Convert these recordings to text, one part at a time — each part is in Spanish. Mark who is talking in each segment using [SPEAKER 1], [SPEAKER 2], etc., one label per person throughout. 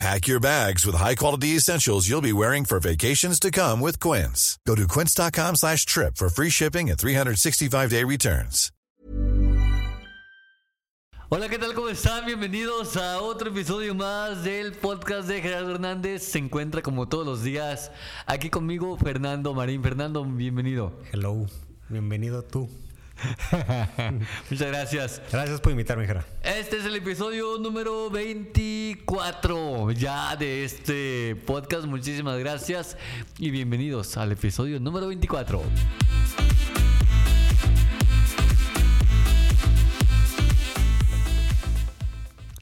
[SPEAKER 1] Pack your bags with high-quality essentials you'll be wearing for vacations to come with Quince. Go to quince.com slash trip for free shipping and 365-day returns.
[SPEAKER 2] Hola, ¿qué tal? ¿Cómo están? Bienvenidos a otro episodio más del podcast de Gerardo Hernández. Se encuentra como todos los días aquí conmigo Fernando Marín. Fernando, bienvenido.
[SPEAKER 3] Hello, bienvenido tú.
[SPEAKER 2] Muchas gracias.
[SPEAKER 3] Gracias por invitarme, Jera.
[SPEAKER 2] Este es el episodio número 24 ya de este podcast. Muchísimas gracias y bienvenidos al episodio número 24.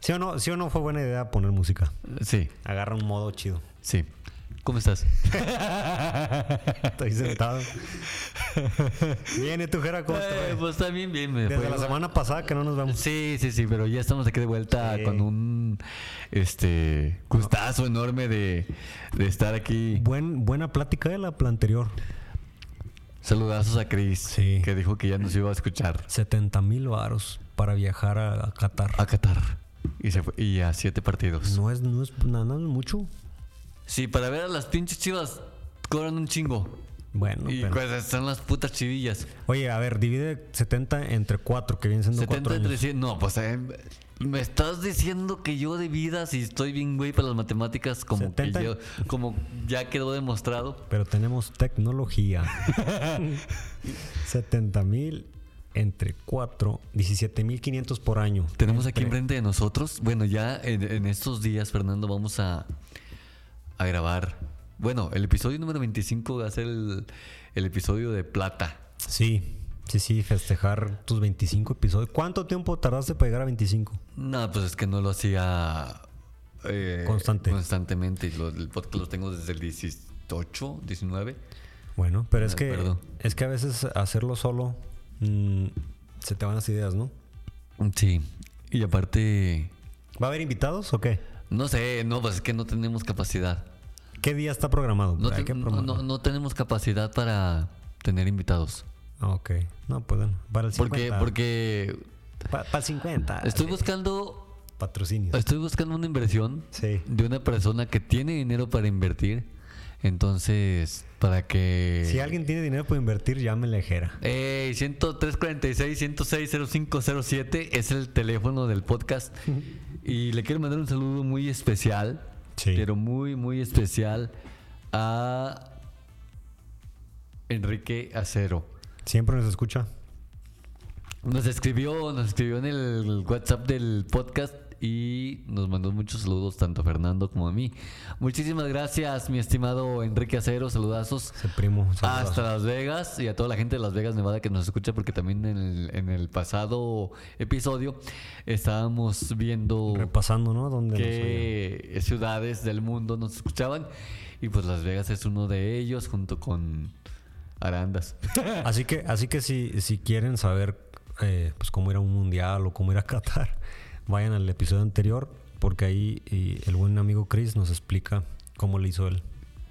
[SPEAKER 3] ¿Sí o no? ¿Sí o no fue buena idea poner música?
[SPEAKER 2] Sí,
[SPEAKER 3] Agarra un modo chido.
[SPEAKER 2] sí. ¿Cómo estás?
[SPEAKER 3] Estoy sentado. Bien, ¿y tú, Jera? ¿Cómo te
[SPEAKER 2] Eh,
[SPEAKER 3] fue?
[SPEAKER 2] pues también bien. me
[SPEAKER 3] Desde
[SPEAKER 2] fue
[SPEAKER 3] la semana pasada que no nos vemos.
[SPEAKER 2] Sí, sí, sí, pero ya estamos aquí de vuelta
[SPEAKER 3] Sí.
[SPEAKER 2] con un este gustazo enorme de, de estar aquí.
[SPEAKER 3] Buen, buena plática de la plan anterior.
[SPEAKER 2] Saludazos a Chris,
[SPEAKER 3] Sí.
[SPEAKER 2] que dijo que ya nos iba a escuchar
[SPEAKER 3] 70 mil varos para viajar a, a Qatar.
[SPEAKER 2] a Qatar. Y, se fue- y a siete partidos.
[SPEAKER 3] No es, no es nada, nada mucho.
[SPEAKER 2] Sí, para ver a las pinches chivas cobran un chingo.
[SPEAKER 3] Bueno,
[SPEAKER 2] y
[SPEAKER 3] pero-
[SPEAKER 2] pues están las putas chivillas.
[SPEAKER 3] Oye, a ver, divide 70 entre 4, que vienen siendo 4
[SPEAKER 2] 70
[SPEAKER 3] años.
[SPEAKER 2] entre 100. No, pues eh, me estás diciendo que yo de vida, si estoy bien güey para las matemáticas, como, que
[SPEAKER 3] 70.
[SPEAKER 2] yo- como ya quedó demostrado.
[SPEAKER 3] Pero tenemos tecnología. 70 mil entre 4, 17 mil 500 por año.
[SPEAKER 2] Tenemos aquí
[SPEAKER 3] Entre-
[SPEAKER 2] enfrente de nosotros. Bueno, ya en, en estos días, Fernando, vamos a, a grabar. Bueno, el episodio número 25 va a ser el, el episodio de plata.
[SPEAKER 3] Sí, sí, sí, festejar tus 25 episodios. ¿Cuánto tiempo tardaste para llegar a 25?
[SPEAKER 2] No, pues es que no lo hacía eh,
[SPEAKER 3] Constante.
[SPEAKER 2] constantemente. Lo- el podcast lo tengo desde el 18, 19.
[SPEAKER 3] Bueno, pero es
[SPEAKER 2] Ah,
[SPEAKER 3] que,
[SPEAKER 2] perdón.
[SPEAKER 3] es que a veces hacerlo solo mm, se te van las ideas, ¿no?
[SPEAKER 2] Sí. Y aparte,
[SPEAKER 3] ¿Va a haber invitados o qué?
[SPEAKER 2] no sé, no, pues es que no tenemos capacidad.
[SPEAKER 3] ¿Qué día está programado?
[SPEAKER 2] No,
[SPEAKER 3] Hay
[SPEAKER 2] te-
[SPEAKER 3] que
[SPEAKER 2] no,
[SPEAKER 3] programar.
[SPEAKER 2] no- no tenemos capacidad para tener invitados.
[SPEAKER 3] Ah, Ok, no, pues bueno, para el
[SPEAKER 2] Porque,
[SPEAKER 3] 50.
[SPEAKER 2] porque
[SPEAKER 3] Pa- para el 50.
[SPEAKER 2] estoy buscando
[SPEAKER 3] Patrocinio.
[SPEAKER 2] Estoy buscando una inversión
[SPEAKER 3] Sí.
[SPEAKER 2] de una persona que tiene dinero para invertir. Entonces, para que.
[SPEAKER 3] Si alguien tiene dinero para invertir, llámele a Jera.
[SPEAKER 2] Ey, 10346 106 0507 es el teléfono del podcast. y le quiero mandar un saludo muy especial.
[SPEAKER 3] Sí.
[SPEAKER 2] Pero muy, muy especial a Enrique Acero.
[SPEAKER 3] Siempre nos escucha.
[SPEAKER 2] Nos escribió, nos escribió en el WhatsApp del podcast y nos mandó muchos saludos tanto a Fernando como a mí. Muchísimas gracias, mi estimado Enrique Acero, saludazos.
[SPEAKER 3] Ese primo. saludos.
[SPEAKER 2] Hasta Las Vegas y a toda la gente de Las Vegas, Nevada que nos escucha porque también en el, en el pasado episodio estábamos viendo
[SPEAKER 3] Repasando, ¿no? Donde nos oyen.
[SPEAKER 2] qué ciudades del mundo nos escuchaban y pues Las Vegas es uno de ellos junto con Arandas.
[SPEAKER 3] Así que, así que si, si quieren saber eh, pues cómo ir a un mundial o cómo ir a Qatar, vayan al episodio anterior, porque ahí y el buen amigo Chris nos explica cómo le hizo él.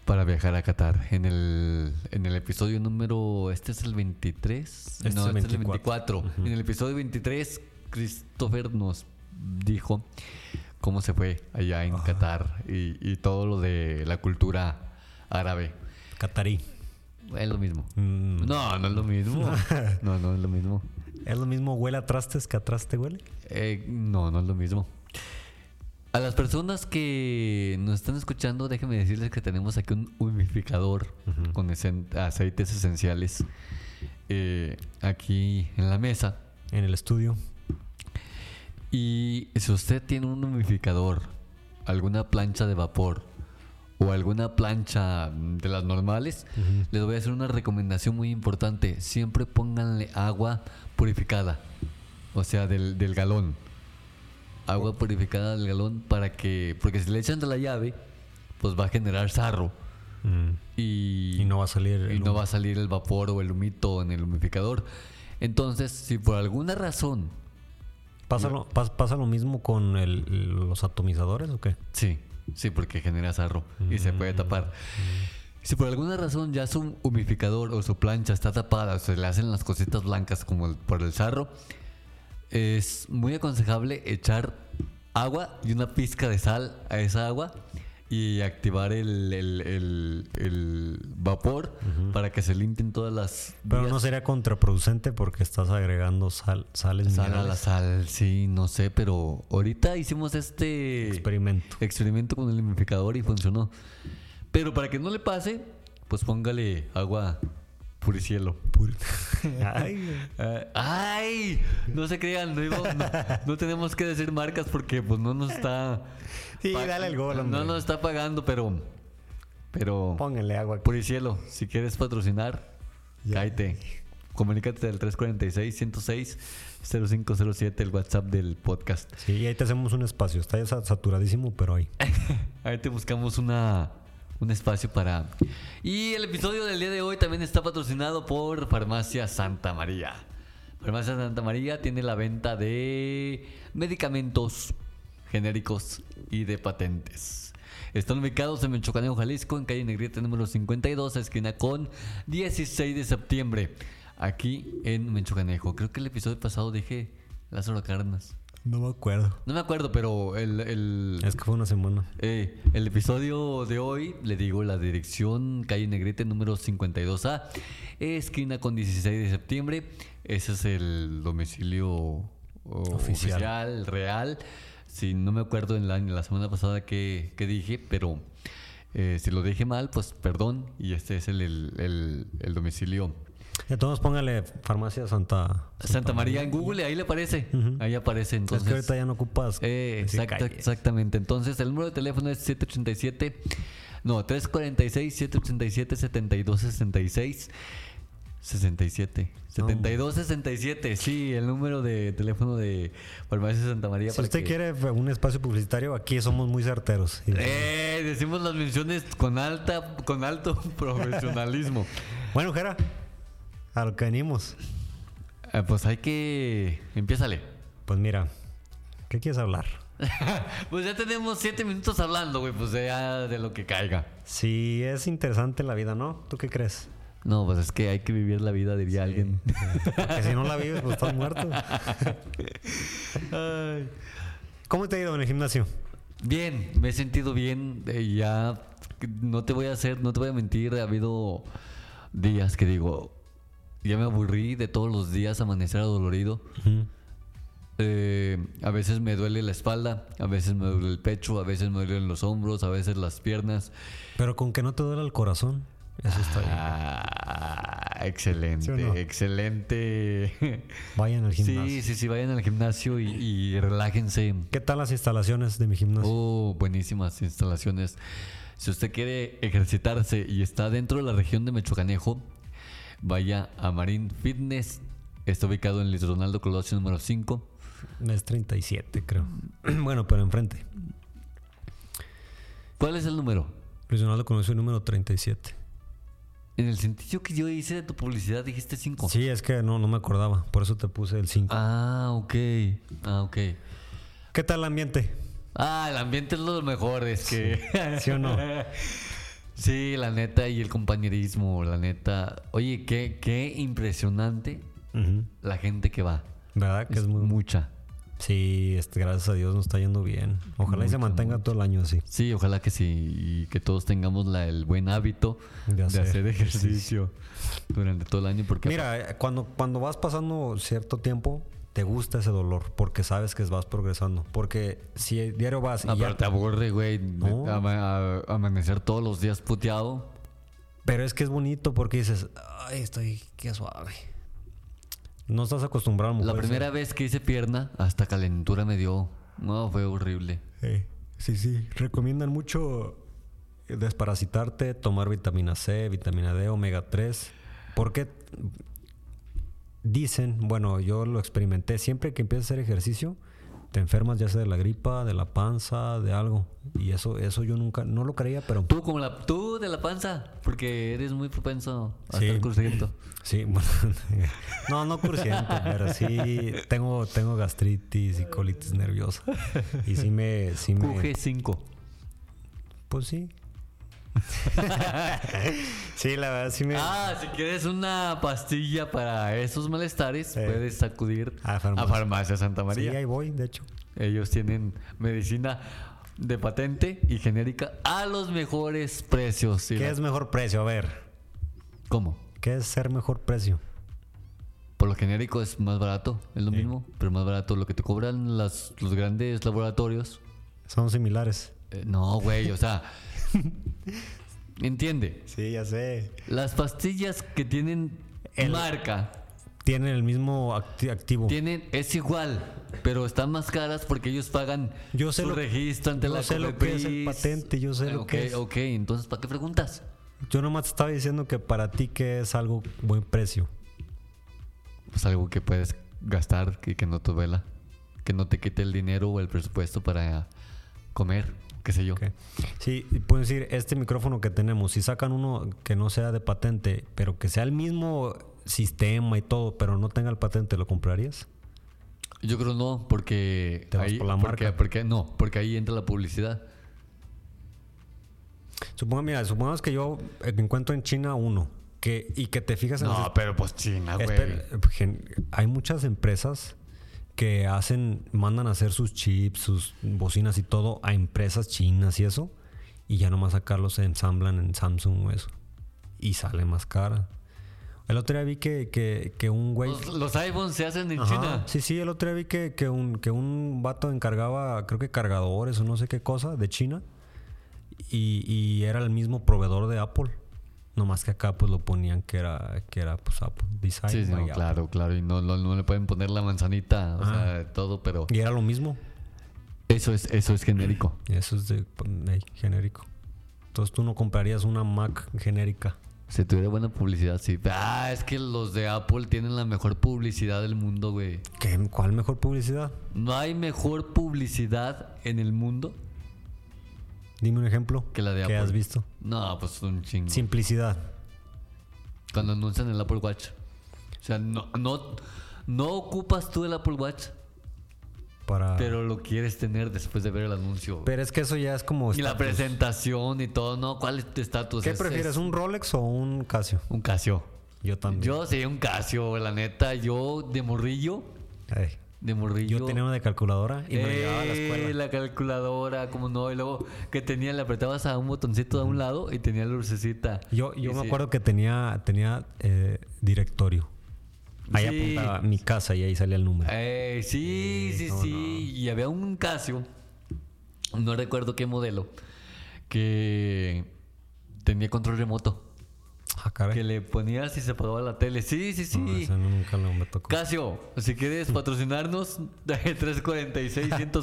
[SPEAKER 2] Para viajar a Qatar. En el, en el episodio número. Este es el 23.
[SPEAKER 3] Este
[SPEAKER 2] no,
[SPEAKER 3] es el
[SPEAKER 2] este es el 24.
[SPEAKER 3] 24.
[SPEAKER 2] En el episodio 23, Christopher nos dijo cómo se fue allá en Qatar y, y todo lo de la cultura árabe.
[SPEAKER 3] Qatarí.
[SPEAKER 2] Es lo mismo.
[SPEAKER 3] Mm.
[SPEAKER 2] No, no es lo mismo. No, no es lo mismo.
[SPEAKER 3] ¿Es lo mismo huele a trastes que atrás te huele?
[SPEAKER 2] Eh, no, no es lo mismo. A las personas que nos están escuchando, déjenme decirles que tenemos aquí un humidificador con esen- aceites esenciales eh, aquí en la mesa.
[SPEAKER 3] En el estudio.
[SPEAKER 2] Y si usted tiene un humidificador, alguna plancha de vapor o alguna plancha de las normales, les voy a hacer una recomendación muy importante. Siempre pónganle agua purificada, o sea, del, del galón. Agua purificada del galón para que, porque si le echan de la llave, pues va a generar sarro.
[SPEAKER 3] Mm.
[SPEAKER 2] Y,
[SPEAKER 3] Y no va a salir.
[SPEAKER 2] y
[SPEAKER 3] el
[SPEAKER 2] no
[SPEAKER 3] humo.
[SPEAKER 2] va a salir el vapor o el humito en el humidificador. Entonces, si por alguna razón,
[SPEAKER 3] ¿Pasa lo, pas- pasa lo mismo con el- los atomizadores o qué?
[SPEAKER 2] sí, sí, porque genera sarro y se
[SPEAKER 3] Mm.
[SPEAKER 2] puede tapar. Si por alguna razón ya su humificador o su plancha está tapada, o se le hacen las cositas blancas como el- por el sarro, es muy aconsejable echar agua y una pizca de sal a esa agua y activar el, el- el- el vapor para que se limpien todas las
[SPEAKER 3] Pero
[SPEAKER 2] vías
[SPEAKER 3] no sería contraproducente porque estás agregando sal, sales
[SPEAKER 2] Sal a la
[SPEAKER 3] minerales.
[SPEAKER 2] sal, sí, no sé, pero ahorita hicimos este
[SPEAKER 3] Experimento.
[SPEAKER 2] experimento con el humidificador y funcionó. Pero para que no le pase, pues póngale agua puricielo.
[SPEAKER 3] Ay,
[SPEAKER 2] Eh, ¡Ay! No se crean, no, iba- no- no tenemos que decir marcas porque pues no nos está...
[SPEAKER 3] Sí,
[SPEAKER 2] pa-
[SPEAKER 3] dale el gol, hombre.
[SPEAKER 2] No nos está pagando, pero... Pero...
[SPEAKER 3] pónganle agua.
[SPEAKER 2] Puricielo, si quieres patrocinar, cállate. Comunícate al 346-106-0507, el WhatsApp del podcast.
[SPEAKER 3] Sí, y ahí te hacemos un espacio. Está ya sa- saturadísimo, pero ahí.
[SPEAKER 2] Ahí te buscamos una, un espacio para... Y el episodio del día de hoy también está patrocinado por Farmacia Santa María. Farmacia Santa María tiene la venta de medicamentos genéricos y de patentes. Están ubicados en Michoacán, Jalisco, en calle Negrete número 52, esquina con 16 de septiembre. Aquí en Menchucanejo. Creo que el episodio pasado dije Lázaro Carnas.
[SPEAKER 3] No me acuerdo.
[SPEAKER 2] No me acuerdo, pero el- el,
[SPEAKER 3] Es que fue una semana.
[SPEAKER 2] eh, el episodio de hoy, le digo la dirección, calle Negrete número 52A, esquina con 16 de septiembre. Ese es el domicilio o,
[SPEAKER 3] Oficial.
[SPEAKER 2] oficial. real. Si no me acuerdo en la, en la semana pasada que, que dije, pero eh, si lo dije mal, pues perdón. Y este es el, el- el- el domicilio.
[SPEAKER 3] Entonces póngale farmacia Santa.
[SPEAKER 2] Santa María en Google, ahí le aparece. Ahí aparece
[SPEAKER 3] Pues, es
[SPEAKER 2] entonces.
[SPEAKER 3] que ahorita ya no ocupas.
[SPEAKER 2] Eh,
[SPEAKER 3] decir
[SPEAKER 2] exacta-
[SPEAKER 3] calle.
[SPEAKER 2] exactamente. Entonces, el número de teléfono es 787. No, 346 787 7266 67. 7267, sí, el número de teléfono de Farmacia Santa María.
[SPEAKER 3] Si
[SPEAKER 2] para
[SPEAKER 3] usted
[SPEAKER 2] que-
[SPEAKER 3] quiere un espacio publicitario, aquí somos muy certeros. Y-
[SPEAKER 2] Eh, decimos las menciones con alta con alto profesionalismo.
[SPEAKER 3] Bueno, Jera, a lo que venimos.
[SPEAKER 2] Eh, pues hay que empiézale.
[SPEAKER 3] Pues mira, ¿qué quieres hablar?
[SPEAKER 2] pues ya tenemos siete minutos hablando, güey, pues ya de lo que caiga.
[SPEAKER 3] Si es interesante la vida, ¿no? ¿Tú qué crees?
[SPEAKER 2] No, pues es que hay que vivir la vida, diría alguien.
[SPEAKER 3] Porque si no la vives, pues estás muerto. ¿Cómo te ha ido en el gimnasio?
[SPEAKER 2] Bien, me he sentido bien. eh, ya no te voy a hacer, no te voy a mentir. Ha habido días que digo, ya me aburrí de todos los días amanecer adolorido. Eh, a veces me duele la espalda, a veces me duele el pecho, a veces me duelen los hombros, a veces las piernas.
[SPEAKER 3] Pero con que no te duela el corazón, eso está bien.
[SPEAKER 2] Ah, excelente,
[SPEAKER 3] ¿Sí o no?
[SPEAKER 2] excelente.
[SPEAKER 3] Vayan al gimnasio.
[SPEAKER 2] Sí, sí, sí, vayan al gimnasio y, y relájense.
[SPEAKER 3] ¿Qué tal las instalaciones de mi gimnasio?
[SPEAKER 2] Oh, buenísimas instalaciones. Si usted quiere ejercitarse y está dentro de la región de Mechocanejo, vaya a Marine Fitness. Está ubicado en Luis Ronaldo Colosio número 5.
[SPEAKER 3] Es 37, creo. bueno, pero enfrente.
[SPEAKER 2] ¿Cuál es el número?
[SPEAKER 3] Luis Ronaldo conoció el número 37.
[SPEAKER 2] En el sentido que yo hice de tu publicidad, dijiste 5.
[SPEAKER 3] Sí, es que no, no me acordaba. Por eso te puse el 5.
[SPEAKER 2] Ah, ok. Ah, ok.
[SPEAKER 3] ¿Qué tal el ambiente?
[SPEAKER 2] Ah, el ambiente es lo mejor, es que.
[SPEAKER 3] ¿Sí o no?
[SPEAKER 2] Sí, la neta, y el compañerismo, la neta. Oye, qué, qué impresionante
[SPEAKER 3] Ujú.
[SPEAKER 2] la gente que va.
[SPEAKER 3] ¿Verdad? Que es muy...
[SPEAKER 2] Mucha.
[SPEAKER 3] Sí, este, gracias a Dios nos está yendo bien. Ojalá y se mantenga todo el año así.
[SPEAKER 2] Sí, ojalá que sí, y que todos tengamos la- el buen hábito
[SPEAKER 3] De
[SPEAKER 2] de,
[SPEAKER 3] hacer
[SPEAKER 2] hacer, ejercicio durante todo el año, porque
[SPEAKER 3] Mira, eh, cuando, cuando vas pasando cierto tiempo, te gusta ese dolor porque sabes que vas progresando. Porque si diario vas y
[SPEAKER 2] Ah,
[SPEAKER 3] ya-
[SPEAKER 2] pero te aburre, güey,
[SPEAKER 3] No.
[SPEAKER 2] ama- a- amanecer todos los días puteado.
[SPEAKER 3] Pero es que es bonito porque dices, ay, estoy qué suave. No estás acostumbrado a
[SPEAKER 2] La
[SPEAKER 3] moverse.
[SPEAKER 2] primera vez que hice pierna, hasta calentura me dio. No, fue horrible.
[SPEAKER 3] Eh, sí, sí. Recomiendan mucho eh, desparasitarte, tomar vitamina C, vitamina D, omega 3. Porque dicen, bueno, yo lo experimenté, siempre que empiezas a hacer ejercicio, te enfermas ya sea de la gripa, de la panza, de algo. Y eso, eso yo nunca, no lo creía, pero
[SPEAKER 2] Tú, como la, tú de la panza, porque eres muy propenso a
[SPEAKER 3] Sí.
[SPEAKER 2] estar cursiento.
[SPEAKER 3] sí, bueno, no, no cursiento, pero sí tengo, tengo gastritis y colitis nerviosa. Y sí me, sí me,
[SPEAKER 2] QG5.
[SPEAKER 3] pues sí. sí, la verdad sí me,
[SPEAKER 2] Ah, si quieres una pastilla para esos malestares, puedes acudir
[SPEAKER 3] Eh. A
[SPEAKER 2] a
[SPEAKER 3] farmacia.
[SPEAKER 2] farmacia. Santa
[SPEAKER 3] sí
[SPEAKER 2] María.
[SPEAKER 3] ahí voy, de hecho.
[SPEAKER 2] Ellos tienen medicina de patente y genérica a los mejores precios. y
[SPEAKER 3] ¿Qué
[SPEAKER 2] la-
[SPEAKER 3] es mejor precio? A ver,
[SPEAKER 2] ¿Cómo?
[SPEAKER 3] ¿qué es ser mejor precio?
[SPEAKER 2] Por lo genérico es más barato, es lo mismo, pero más barato. Lo que te cobran las- los grandes laboratorios.
[SPEAKER 3] Son similares.
[SPEAKER 2] eh, no, güey, o sea. entiende.
[SPEAKER 3] Sí, ya sé.
[SPEAKER 2] Las pastillas que tienen
[SPEAKER 3] El-
[SPEAKER 2] marca
[SPEAKER 3] Tienen el mismo acti- activo.
[SPEAKER 2] tienen es igual, pero están más caras porque ellos pagan
[SPEAKER 3] Yo sé
[SPEAKER 2] su
[SPEAKER 3] lo-
[SPEAKER 2] registro ante
[SPEAKER 3] yo
[SPEAKER 2] la
[SPEAKER 3] sé lo que es
[SPEAKER 2] COFEPRIS.
[SPEAKER 3] el patente, yo sé
[SPEAKER 2] Eh,
[SPEAKER 3] lo que
[SPEAKER 2] ok,
[SPEAKER 3] es.
[SPEAKER 2] Ok, entonces ¿para qué preguntas?
[SPEAKER 3] Yo nomás te estaba diciendo que para ti que es algo buen precio.
[SPEAKER 2] Pues algo que puedes gastar y que no te duela, que no te quite el dinero o el presupuesto para comer, qué sé yo.
[SPEAKER 3] Ok. Sí, y pueden decir, este micrófono que tenemos, si sacan uno que no sea de patente, pero que sea el mismo sistema y todo, pero no tenga el patente, ¿lo comprarías?
[SPEAKER 2] Yo creo no, porque
[SPEAKER 3] Te vas
[SPEAKER 2] ahí
[SPEAKER 3] por la
[SPEAKER 2] porque,
[SPEAKER 3] marca.
[SPEAKER 2] porque- no, porque ahí entra la publicidad.
[SPEAKER 3] Supongo, mira, supongamos que yo eh, encuentro en China uno que, y que te fijas en las
[SPEAKER 2] No, pero pues China, güey.
[SPEAKER 3] Espera, eh, pues, gen- hay muchas empresas que hacen, mandan a hacer sus chips, sus bocinas y todo a empresas chinas y eso, y ya nomás sacarlos se ensamblan en Samsung o eso. Y sale más cara. El otro día vi que, que, que un güey.
[SPEAKER 2] Los, los iPhones se hacen en
[SPEAKER 3] Ajá,
[SPEAKER 2] China.
[SPEAKER 3] Sí, sí, el otro día vi que, que un, que un vato encargaba, creo que cargadores o no sé qué cosa de China. Y, y era el mismo proveedor de Apple. Nomás que acá pues lo ponían que era, que era pues Apple Design.
[SPEAKER 2] Sí, sí,
[SPEAKER 3] by
[SPEAKER 2] no,
[SPEAKER 3] Apple.
[SPEAKER 2] claro, claro. Y no, no, no le pueden poner la manzanita, o sea, todo, pero
[SPEAKER 3] Y era lo mismo.
[SPEAKER 2] eso es, eso es genérico.
[SPEAKER 3] Eso es de, de ahí, genérico. Entonces tú no comprarías una Mac genérica.
[SPEAKER 2] Si tuviera buena publicidad, sí. Ah, es que los de Apple tienen la mejor publicidad del mundo, güey.
[SPEAKER 3] ¿Qué? ¿Cuál mejor publicidad?
[SPEAKER 2] No hay mejor publicidad en el mundo
[SPEAKER 3] Dime un ejemplo.
[SPEAKER 2] que la de
[SPEAKER 3] ¿Qué
[SPEAKER 2] Apple.
[SPEAKER 3] has visto?
[SPEAKER 2] No, pues un chingo.
[SPEAKER 3] Simplicidad.
[SPEAKER 2] Cuando anuncian el Apple Watch. O sea, no, no, no ocupas tú el Apple Watch,
[SPEAKER 3] Para... Pero,
[SPEAKER 2] pero lo quieres tener después de ver el anuncio.
[SPEAKER 3] es que eso ya es como...
[SPEAKER 2] y la
[SPEAKER 3] estatus.
[SPEAKER 2] presentación y todo, ¿no? ¿Cuál es tu estatus?
[SPEAKER 3] ¿Qué
[SPEAKER 2] Es-
[SPEAKER 3] prefieres,
[SPEAKER 2] es
[SPEAKER 3] un Rolex o un Casio?
[SPEAKER 2] un Casio.
[SPEAKER 3] Yo también.
[SPEAKER 2] Yo sería un Casio, la neta. Yo de morrillo,
[SPEAKER 3] Ay,
[SPEAKER 2] de morrillo.
[SPEAKER 3] yo, tenía una de calculadora y me la llevaba a la
[SPEAKER 2] ¡Eh!
[SPEAKER 3] escuela.
[SPEAKER 2] la calculadora, como no. Y luego que tenía, le apretabas a un botoncito de un lado y tenía la lucecita.
[SPEAKER 3] Yo, yo
[SPEAKER 2] Y
[SPEAKER 3] me
[SPEAKER 2] sí.
[SPEAKER 3] acuerdo que tenía, tenía eh, directorio. Ahí
[SPEAKER 2] Sí.
[SPEAKER 3] apuntaba mi casa y ahí salía el número.
[SPEAKER 2] Eh, sí, sí, sí. Y había un Casio, no recuerdo qué modelo, que tenía control remoto.
[SPEAKER 3] Ah, caray.
[SPEAKER 2] Que le ponías y se apagaba la tele. Sí, sí, sí.
[SPEAKER 3] No, esa no, nunca lo me tocó.
[SPEAKER 2] Casio, si quieres patrocinarnos,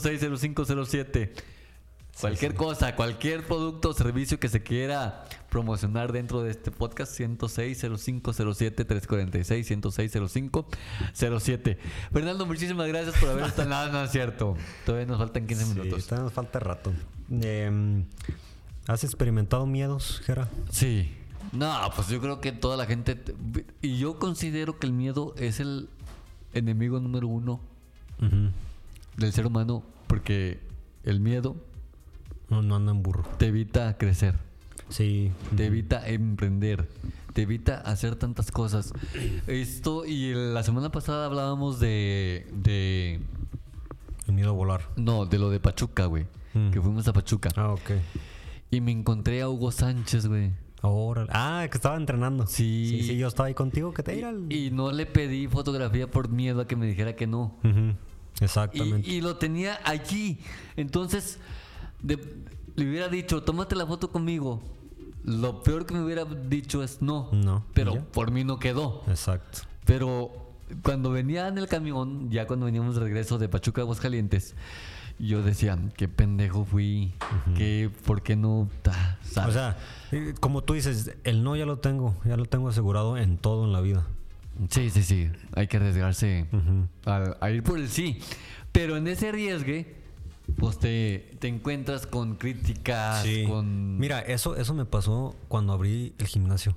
[SPEAKER 2] 346-106-0507. Cualquier cosa, cualquier producto o servicio que se quiera promocionar dentro de este podcast, 106-0507-346-106-0507. Fernando, muchísimas gracias por haber estado. Nada, no es cierto. Todavía nos faltan 15
[SPEAKER 3] Sí,
[SPEAKER 2] minutos.
[SPEAKER 3] todavía nos falta rato. Em, ¿Has experimentado miedos, Jera?
[SPEAKER 2] Sí. No, pues yo creo que toda la gente... te- Y yo considero que el miedo es el enemigo número uno del ser humano porque el miedo
[SPEAKER 3] No, no anda en burro.
[SPEAKER 2] te evita crecer,
[SPEAKER 3] Sí.
[SPEAKER 2] te evita emprender, te evita hacer tantas cosas. Esto, y la semana pasada hablábamos de. de
[SPEAKER 3] El miedo a volar.
[SPEAKER 2] no, de lo de Pachuca, güey.
[SPEAKER 3] Mm.
[SPEAKER 2] Que fuimos a Pachuca.
[SPEAKER 3] Ah, ok.
[SPEAKER 2] Y me encontré a Hugo Sánchez, güey.
[SPEAKER 3] Ahora. Ah, que estaba entrenando.
[SPEAKER 2] Sí.
[SPEAKER 3] Sí, sí, yo estaba ahí contigo. Que te ir al.
[SPEAKER 2] Y no le pedí fotografía por miedo a que me dijera que no.
[SPEAKER 3] Ujú,
[SPEAKER 2] Y,
[SPEAKER 3] Exactamente.
[SPEAKER 2] y lo tenía allí. Entonces, de- le hubiera dicho, tómate la foto conmigo. Lo peor que me hubiera dicho es no.
[SPEAKER 3] No, ¿y
[SPEAKER 2] Pero
[SPEAKER 3] ya?
[SPEAKER 2] por mí no quedó.
[SPEAKER 3] Exacto.
[SPEAKER 2] Pero cuando venía en el camión, ya cuando veníamos de regreso de Pachuca a Aguascalientes, yo decía, qué pendejo fui. que ¿Por qué no? ta,
[SPEAKER 3] O
[SPEAKER 2] sabes?".
[SPEAKER 3] sea, eh, como tú dices, el no ya lo tengo. Ya lo tengo asegurado en todo en la vida.
[SPEAKER 2] Sí, sí, sí. Hay que arriesgarse al- a, ir por el sí. Pero en ese riesgue, pues te, te encuentras con críticas,
[SPEAKER 3] Sí.
[SPEAKER 2] con...
[SPEAKER 3] Mira, eso, eso me pasó cuando abrí el gimnasio.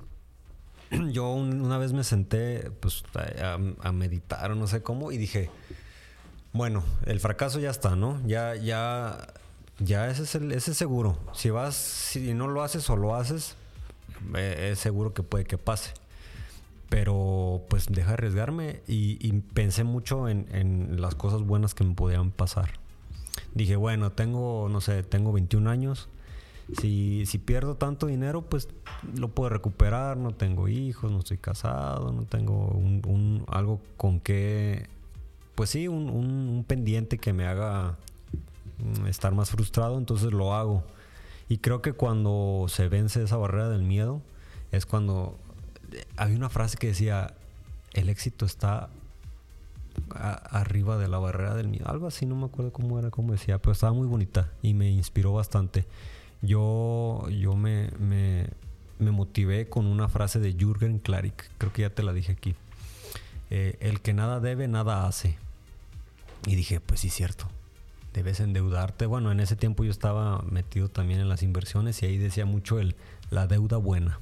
[SPEAKER 3] Yo un- una vez me senté pues, a, a- a meditar o no sé cómo y dije, bueno, el fracaso ya está, ¿no? Ya, ya, ya ese es, el, ese es seguro. Si vas, si no lo haces o lo haces, eh, es seguro que puede que pase. Pero pues deja arriesgarme y, y pensé mucho en, en las cosas buenas que me podían pasar. Dije, bueno, tengo, no sé, tengo 21 años. Si, si pierdo tanto dinero, pues lo puedo recuperar. No tengo hijos, no estoy casado, no tengo un, un- algo con que, pues sí, un, un- un pendiente que me haga mm, estar más frustrado, entonces lo hago. Y creo que cuando se vence esa barrera del miedo, es cuando eh, había una frase que decía, el éxito está a- arriba de la barrera del miedo. Algo así, no me acuerdo cómo era, cómo decía, pero estaba muy bonita y me inspiró bastante. Yo, yo me, me, me motivé con una frase de Jürgen Klarik, creo que ya te la dije aquí. Eh, el que nada debe, nada hace. Y dije, pues sí, cierto. Debes endeudarte. Bueno, en ese tiempo yo estaba metido también en las inversiones y ahí decía mucho el, la deuda buena.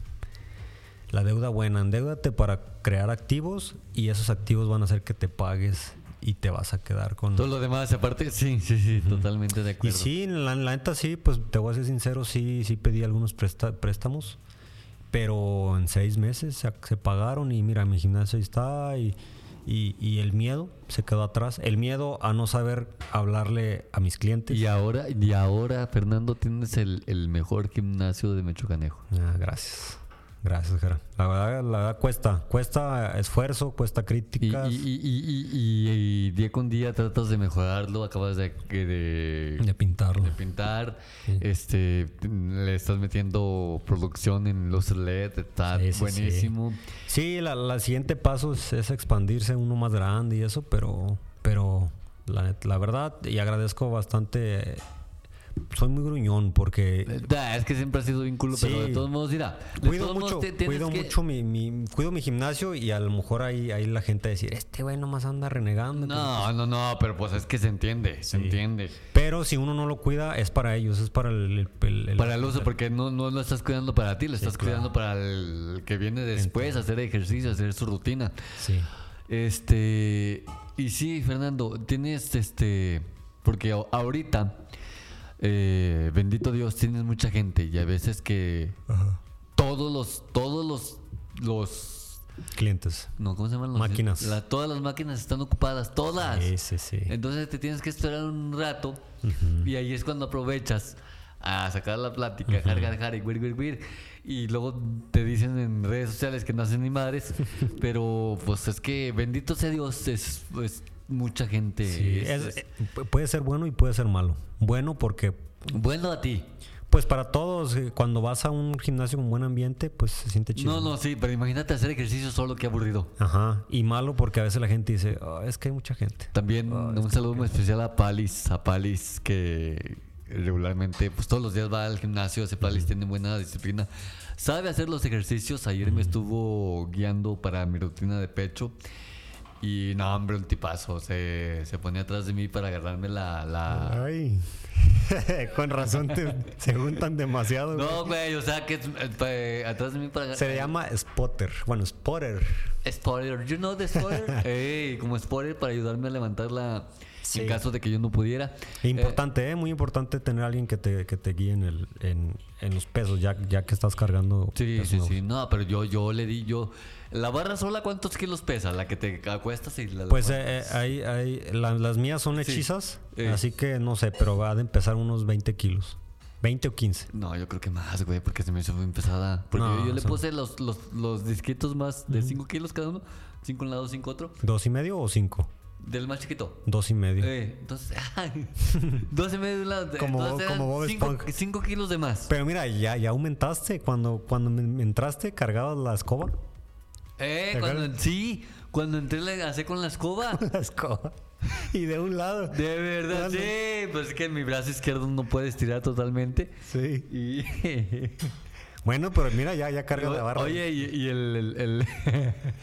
[SPEAKER 3] La deuda buena, endeudate para crear activos y esos activos van a hacer que te pagues y te vas a quedar con...
[SPEAKER 2] Todo lo demás, aparte, sí, sí, sí, totalmente de
[SPEAKER 3] Y
[SPEAKER 2] acuerdo.
[SPEAKER 3] sí, la, la neta sí, pues te voy a ser sincero, sí, sí pedí algunos presta- préstamos, pero en seis meses se, se pagaron y mira, mi gimnasio ahí está y, y- y el miedo se quedó atrás. El miedo a no saber hablarle a mis clientes.
[SPEAKER 2] Y ahora, y ahora Fernando, tienes el, el mejor gimnasio de Mechocanejo.
[SPEAKER 3] Ah, gracias. Gracias, Jera. La verdad, la verdad cuesta, cuesta esfuerzo, cuesta
[SPEAKER 2] Y,
[SPEAKER 3] críticas.
[SPEAKER 2] y, y- y- y- y- y día con día tratas de mejorarlo, acabas de, que de,
[SPEAKER 3] de pintarlo.
[SPEAKER 2] de pintar, este, le estás metiendo producción en los LED, está
[SPEAKER 3] Sí, sí, sí.
[SPEAKER 2] buenísimo.
[SPEAKER 3] Sí, la, la siguiente paso es, es expandirse uno más grande y eso, pero, pero la, net- la verdad, y agradezco bastante, eh, soy muy gruñón porque
[SPEAKER 2] Da, es que siempre ha sido vínculo, pero
[SPEAKER 3] Sí.
[SPEAKER 2] de todos modos, mira, de
[SPEAKER 3] cuido
[SPEAKER 2] todos modos
[SPEAKER 3] mucho,
[SPEAKER 2] te tienes
[SPEAKER 3] cuido
[SPEAKER 2] que-
[SPEAKER 3] mucho mi, mi- cuido mi gimnasio y a lo mejor ahí, ahí la gente va a decir, este güey nomás anda renegando.
[SPEAKER 2] No, no, no, pero pues es que se entiende, se entiende.
[SPEAKER 3] Pero si uno no lo cuida, es para ellos, es para el... el- el- el-
[SPEAKER 2] Para el uso, porque no, no lo estás cuidando para ti, lo estás cuidando para el que viene después, hacer ejercicio, hacer su rutina.
[SPEAKER 3] Sí.
[SPEAKER 2] Este. Y sí, Fernando, tienes este. Porque a- ahorita, eh, bendito Dios, tienes mucha gente y a veces que
[SPEAKER 3] Ajá.
[SPEAKER 2] todos los. Todos los. Los.
[SPEAKER 3] Clientes.
[SPEAKER 2] No, ¿cómo se llaman los?
[SPEAKER 3] Máquinas.
[SPEAKER 2] la- todas las máquinas están ocupadas, todas.
[SPEAKER 3] Sí, sí, sí.
[SPEAKER 2] Entonces te tienes que esperar un rato y ahí es cuando aprovechas a sacar la plática, jar, jar, jar, y güir, güir, güir. Y luego te dicen en redes sociales que no hacen ni madres, pero pues es que bendito sea Dios, es, es mucha gente.
[SPEAKER 3] Sí,
[SPEAKER 2] es-
[SPEAKER 3] es-
[SPEAKER 2] es-
[SPEAKER 3] eh, puede ser bueno y puede ser malo. Bueno porque
[SPEAKER 2] bueno a ti.
[SPEAKER 3] Pues para todos, eh, cuando vas a un gimnasio con buen ambiente, pues se siente chido.
[SPEAKER 2] No, no, sí, pero imagínate hacer ejercicio solo, qué aburrido.
[SPEAKER 3] Ajá. Y malo porque a veces la gente dice, "Ah, es que hay mucha gente.
[SPEAKER 2] También un saludo muy especial a Palis, a Palis que regularmente, pues todos los días va al gimnasio, ese Palis tiene buena disciplina, sabe hacer los ejercicios, ayer me estuvo guiando para mi rutina de pecho y no, hombre, un tipazo, se, se ponía atrás de mí para agarrarme la... la...
[SPEAKER 3] Ay. con razón se juntan demasiado.
[SPEAKER 2] No, güey, o sea, que es- eh, atrás de mí para
[SPEAKER 3] Se le
[SPEAKER 2] agarrarme...
[SPEAKER 3] llama spotter. Bueno, spotter.
[SPEAKER 2] Spotter, you know the spotter? Ey, como spotter para ayudarme a levantarla
[SPEAKER 3] Sí.
[SPEAKER 2] en caso de que yo no pudiera. Eh,
[SPEAKER 3] Importante, eh, muy importante tener a alguien que te, que te guíe en, el, en, en los pesos, ya, ya que estás cargando.
[SPEAKER 2] Sí,
[SPEAKER 3] pesos
[SPEAKER 2] sí,
[SPEAKER 3] nuevos.
[SPEAKER 2] sí. No, pero yo, yo le di, yo. La barra sola, ¿cuántos kilos pesa? La que te acuestas y la.
[SPEAKER 3] Pues eh, eh, hay, hay- la- las mías son hechizas,
[SPEAKER 2] Eh.
[SPEAKER 3] así que no sé, pero va de empezar unos 20 kilos. 20 o 15.
[SPEAKER 2] No, yo creo que más, güey, porque se me hizo muy pesada. Porque
[SPEAKER 3] No,
[SPEAKER 2] yo, yo le
[SPEAKER 3] son-
[SPEAKER 2] puse los, los, los disquitos más de 5 kilos cada uno. 5 un lado, 5 otro.
[SPEAKER 3] ¿Dos y medio o cinco?
[SPEAKER 2] Del más chiquito.
[SPEAKER 3] Dos y medio.
[SPEAKER 2] Eh, entonces, ay, dos y medio de un lado.
[SPEAKER 3] Como-
[SPEAKER 2] entonces eran
[SPEAKER 3] como Bob
[SPEAKER 2] cinco,
[SPEAKER 3] Esponja.
[SPEAKER 2] cinco kilos de más.
[SPEAKER 3] Pero mira, ya, ya aumentaste. Cuando, cuando me- me entraste, cargabas la escoba.
[SPEAKER 2] Eh,
[SPEAKER 3] ¿Te
[SPEAKER 2] cuando,
[SPEAKER 3] acuerdas?
[SPEAKER 2] sí, cuando entré le hacé con la escoba.
[SPEAKER 3] La escoba. Y de un lado.
[SPEAKER 2] De verdad,
[SPEAKER 3] Bueno.
[SPEAKER 2] sí. Pues es que mi brazo izquierdo no puede estirar totalmente.
[SPEAKER 3] Sí.
[SPEAKER 2] Y.
[SPEAKER 3] Bueno, pero mira, ya, ya carga la barra.
[SPEAKER 2] Oye, y, y el. el- el-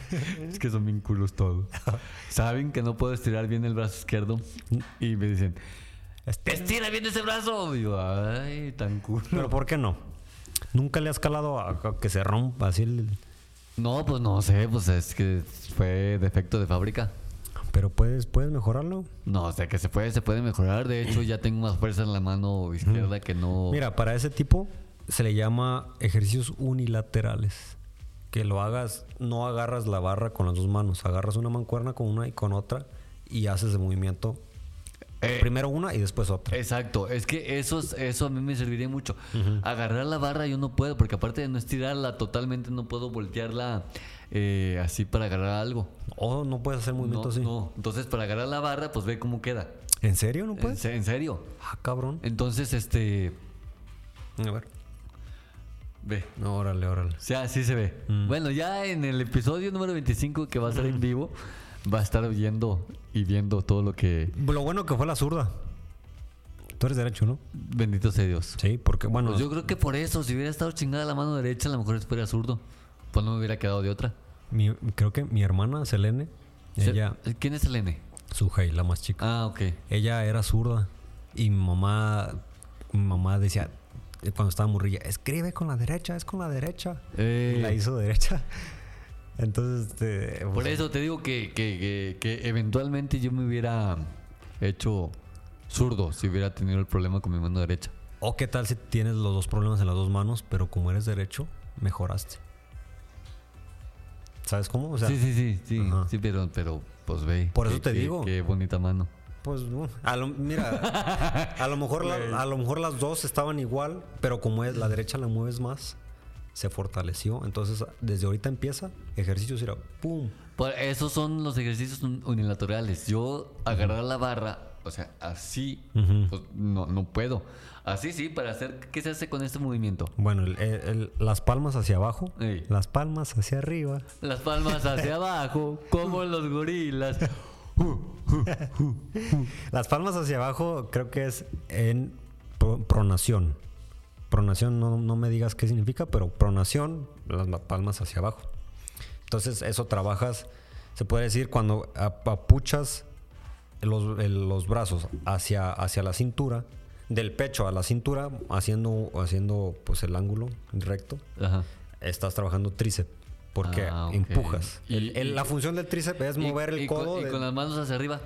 [SPEAKER 2] es que son bien culos todos. Saben que no puedo estirar bien el brazo izquierdo y me dicen: ¡Estira bien ese brazo! Y yo, ¡ay, tan culo!
[SPEAKER 3] Este, Pero ¿por qué no? Nunca le has calado a, a que se rompa así el...
[SPEAKER 2] No, pues no sé, pues es que fue defecto de fábrica.
[SPEAKER 3] Pero puedes, puedes mejorarlo.
[SPEAKER 2] No, o sea que se puede, se puede mejorar. De hecho, ya tengo más fuerza en la mano izquierda que no.
[SPEAKER 3] Mira, para ese tipo se le llama ejercicios unilaterales. Que lo hagas, no agarras la barra con las dos manos, agarras una mancuerna con una y con otra y haces el movimiento.
[SPEAKER 2] Eh,
[SPEAKER 3] Primero una y después otra.
[SPEAKER 2] Exacto, es que eso, es- eso a mí me serviría mucho. Agarrar la barra yo no puedo, porque aparte de no estirarla totalmente, no puedo voltearla eh, así para agarrar algo.
[SPEAKER 3] O Oh, no puedes hacer
[SPEAKER 2] No,
[SPEAKER 3] movimiento así.
[SPEAKER 2] no. Entonces, para agarrar la barra, pues ve cómo queda.
[SPEAKER 3] ¿En serio no
[SPEAKER 2] En,
[SPEAKER 3] puedes?
[SPEAKER 2] se- en serio.
[SPEAKER 3] Ah, cabrón.
[SPEAKER 2] Entonces, este.
[SPEAKER 3] A ver.
[SPEAKER 2] Ve.
[SPEAKER 3] No, órale, órale.
[SPEAKER 2] O sea, así se ve. Bueno, ya en el episodio número 25, que va a ser en vivo, va a estar oyendo y viendo todo lo que.
[SPEAKER 3] Lo bueno que fue la zurda. Tú eres derecho, ¿no?
[SPEAKER 2] Bendito sea Dios.
[SPEAKER 3] Sí, porque bueno,
[SPEAKER 2] Pues yo creo que por eso, si hubiera estado chingada la mano derecha, a lo mejor fuera zurdo. Pues no me hubiera quedado de otra.
[SPEAKER 3] mi- creo que mi hermana Selene,
[SPEAKER 2] Se-
[SPEAKER 3] ella,
[SPEAKER 2] Eh, ¿Quién es el N?
[SPEAKER 3] su hija, la más chica,
[SPEAKER 2] Ah, ok.
[SPEAKER 3] ella era zurda y mi mamá, mi mamá decía eh, cuando estaba morrilla, escribe con la derecha, es con la derecha.
[SPEAKER 2] Eh.
[SPEAKER 3] Y la hizo derecha. Entonces, este, pues,
[SPEAKER 2] Por eso te digo que, que- que- que eventualmente yo me hubiera hecho zurdo si hubiera tenido el problema con mi mano derecha.
[SPEAKER 3] o qué tal si tienes los dos problemas en las dos manos, pero como eres derecho, mejoraste. ¿Sabes cómo? O sea,
[SPEAKER 2] sí, sí, sí, sí,
[SPEAKER 3] Ajá.
[SPEAKER 2] sí, pero, pero pues ve.
[SPEAKER 3] Por eso
[SPEAKER 2] qué-
[SPEAKER 3] te
[SPEAKER 2] qué-
[SPEAKER 3] digo.
[SPEAKER 2] Qué bonita mano.
[SPEAKER 3] Pues uh, a lo, mira, a lo mejor la- a lo mejor las dos estaban igual, pero como es la derecha la mueves más, se fortaleció. Entonces, desde ahorita empieza ejercicios era pum.
[SPEAKER 2] Por- esos son los ejercicios un- unilaterales. Yo agarrar la barra, o sea, así, pues, no, no puedo. Así sí, para hacer, ¿qué se hace con este movimiento?
[SPEAKER 3] Bueno, el- el- el- las palmas hacia abajo,
[SPEAKER 2] Ey.
[SPEAKER 3] las palmas hacia arriba.
[SPEAKER 2] Las palmas hacia abajo, como los gorilas.
[SPEAKER 3] Las palmas hacia abajo creo que es en pro- pronación. Pronación, no, no me digas qué significa, pero pronación, las ma- palmas hacia abajo. Entonces eso trabajas, se puede decir, cuando apapuchas los, el- los brazos hacia, hacia la cintura, del pecho a la cintura, haciendo, haciendo pues el ángulo recto,
[SPEAKER 2] Ajá.
[SPEAKER 3] estás trabajando tríceps. Porque
[SPEAKER 2] Ah, ok.
[SPEAKER 3] empujas.
[SPEAKER 2] Y-
[SPEAKER 3] El- el- la función del tríceps es mover
[SPEAKER 2] Y-
[SPEAKER 3] el
[SPEAKER 2] y con-
[SPEAKER 3] codo
[SPEAKER 2] Y,
[SPEAKER 3] de-
[SPEAKER 2] con las manos hacia arriba.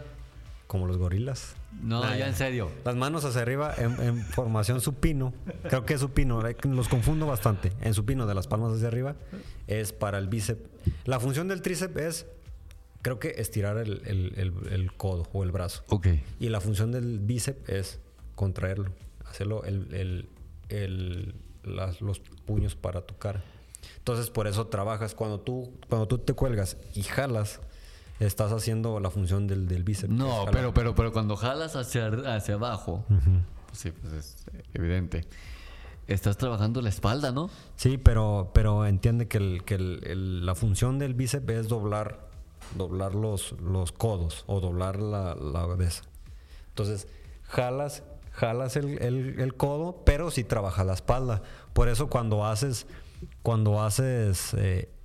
[SPEAKER 3] como los gorilas.
[SPEAKER 2] No, Ah, ya en serio.
[SPEAKER 3] Las manos hacia arriba en, en formación supino. Creo que es supino. eh, Los confundo bastante. En supino de las palmas hacia arriba es para el bíceps. La función del tríceps es, creo que estirar el, el- el- el codo o el brazo.
[SPEAKER 2] Ok.
[SPEAKER 3] Y la función del bíceps es contraerlo. Hacerlo el, el- el- las- los puños para tu cara. Entonces por eso trabajas. Cuando tú, cuando tú te cuelgas y jalas, estás haciendo la función del, del bíceps. que es
[SPEAKER 2] No,
[SPEAKER 3] jalar.
[SPEAKER 2] pero, pero, pero cuando jalas hacia, ar- hacia abajo, pues sí, pues es evidente. Estás trabajando la espalda, ¿no?
[SPEAKER 3] Sí, pero, pero entiende que, el- que el- el- la función del bíceps es doblar, doblar los, los codos o doblar la, la cabeza. Entonces, jalas, jalas el, el- el codo, pero sí trabaja la espalda. Por eso cuando haces, cuando haces, eh,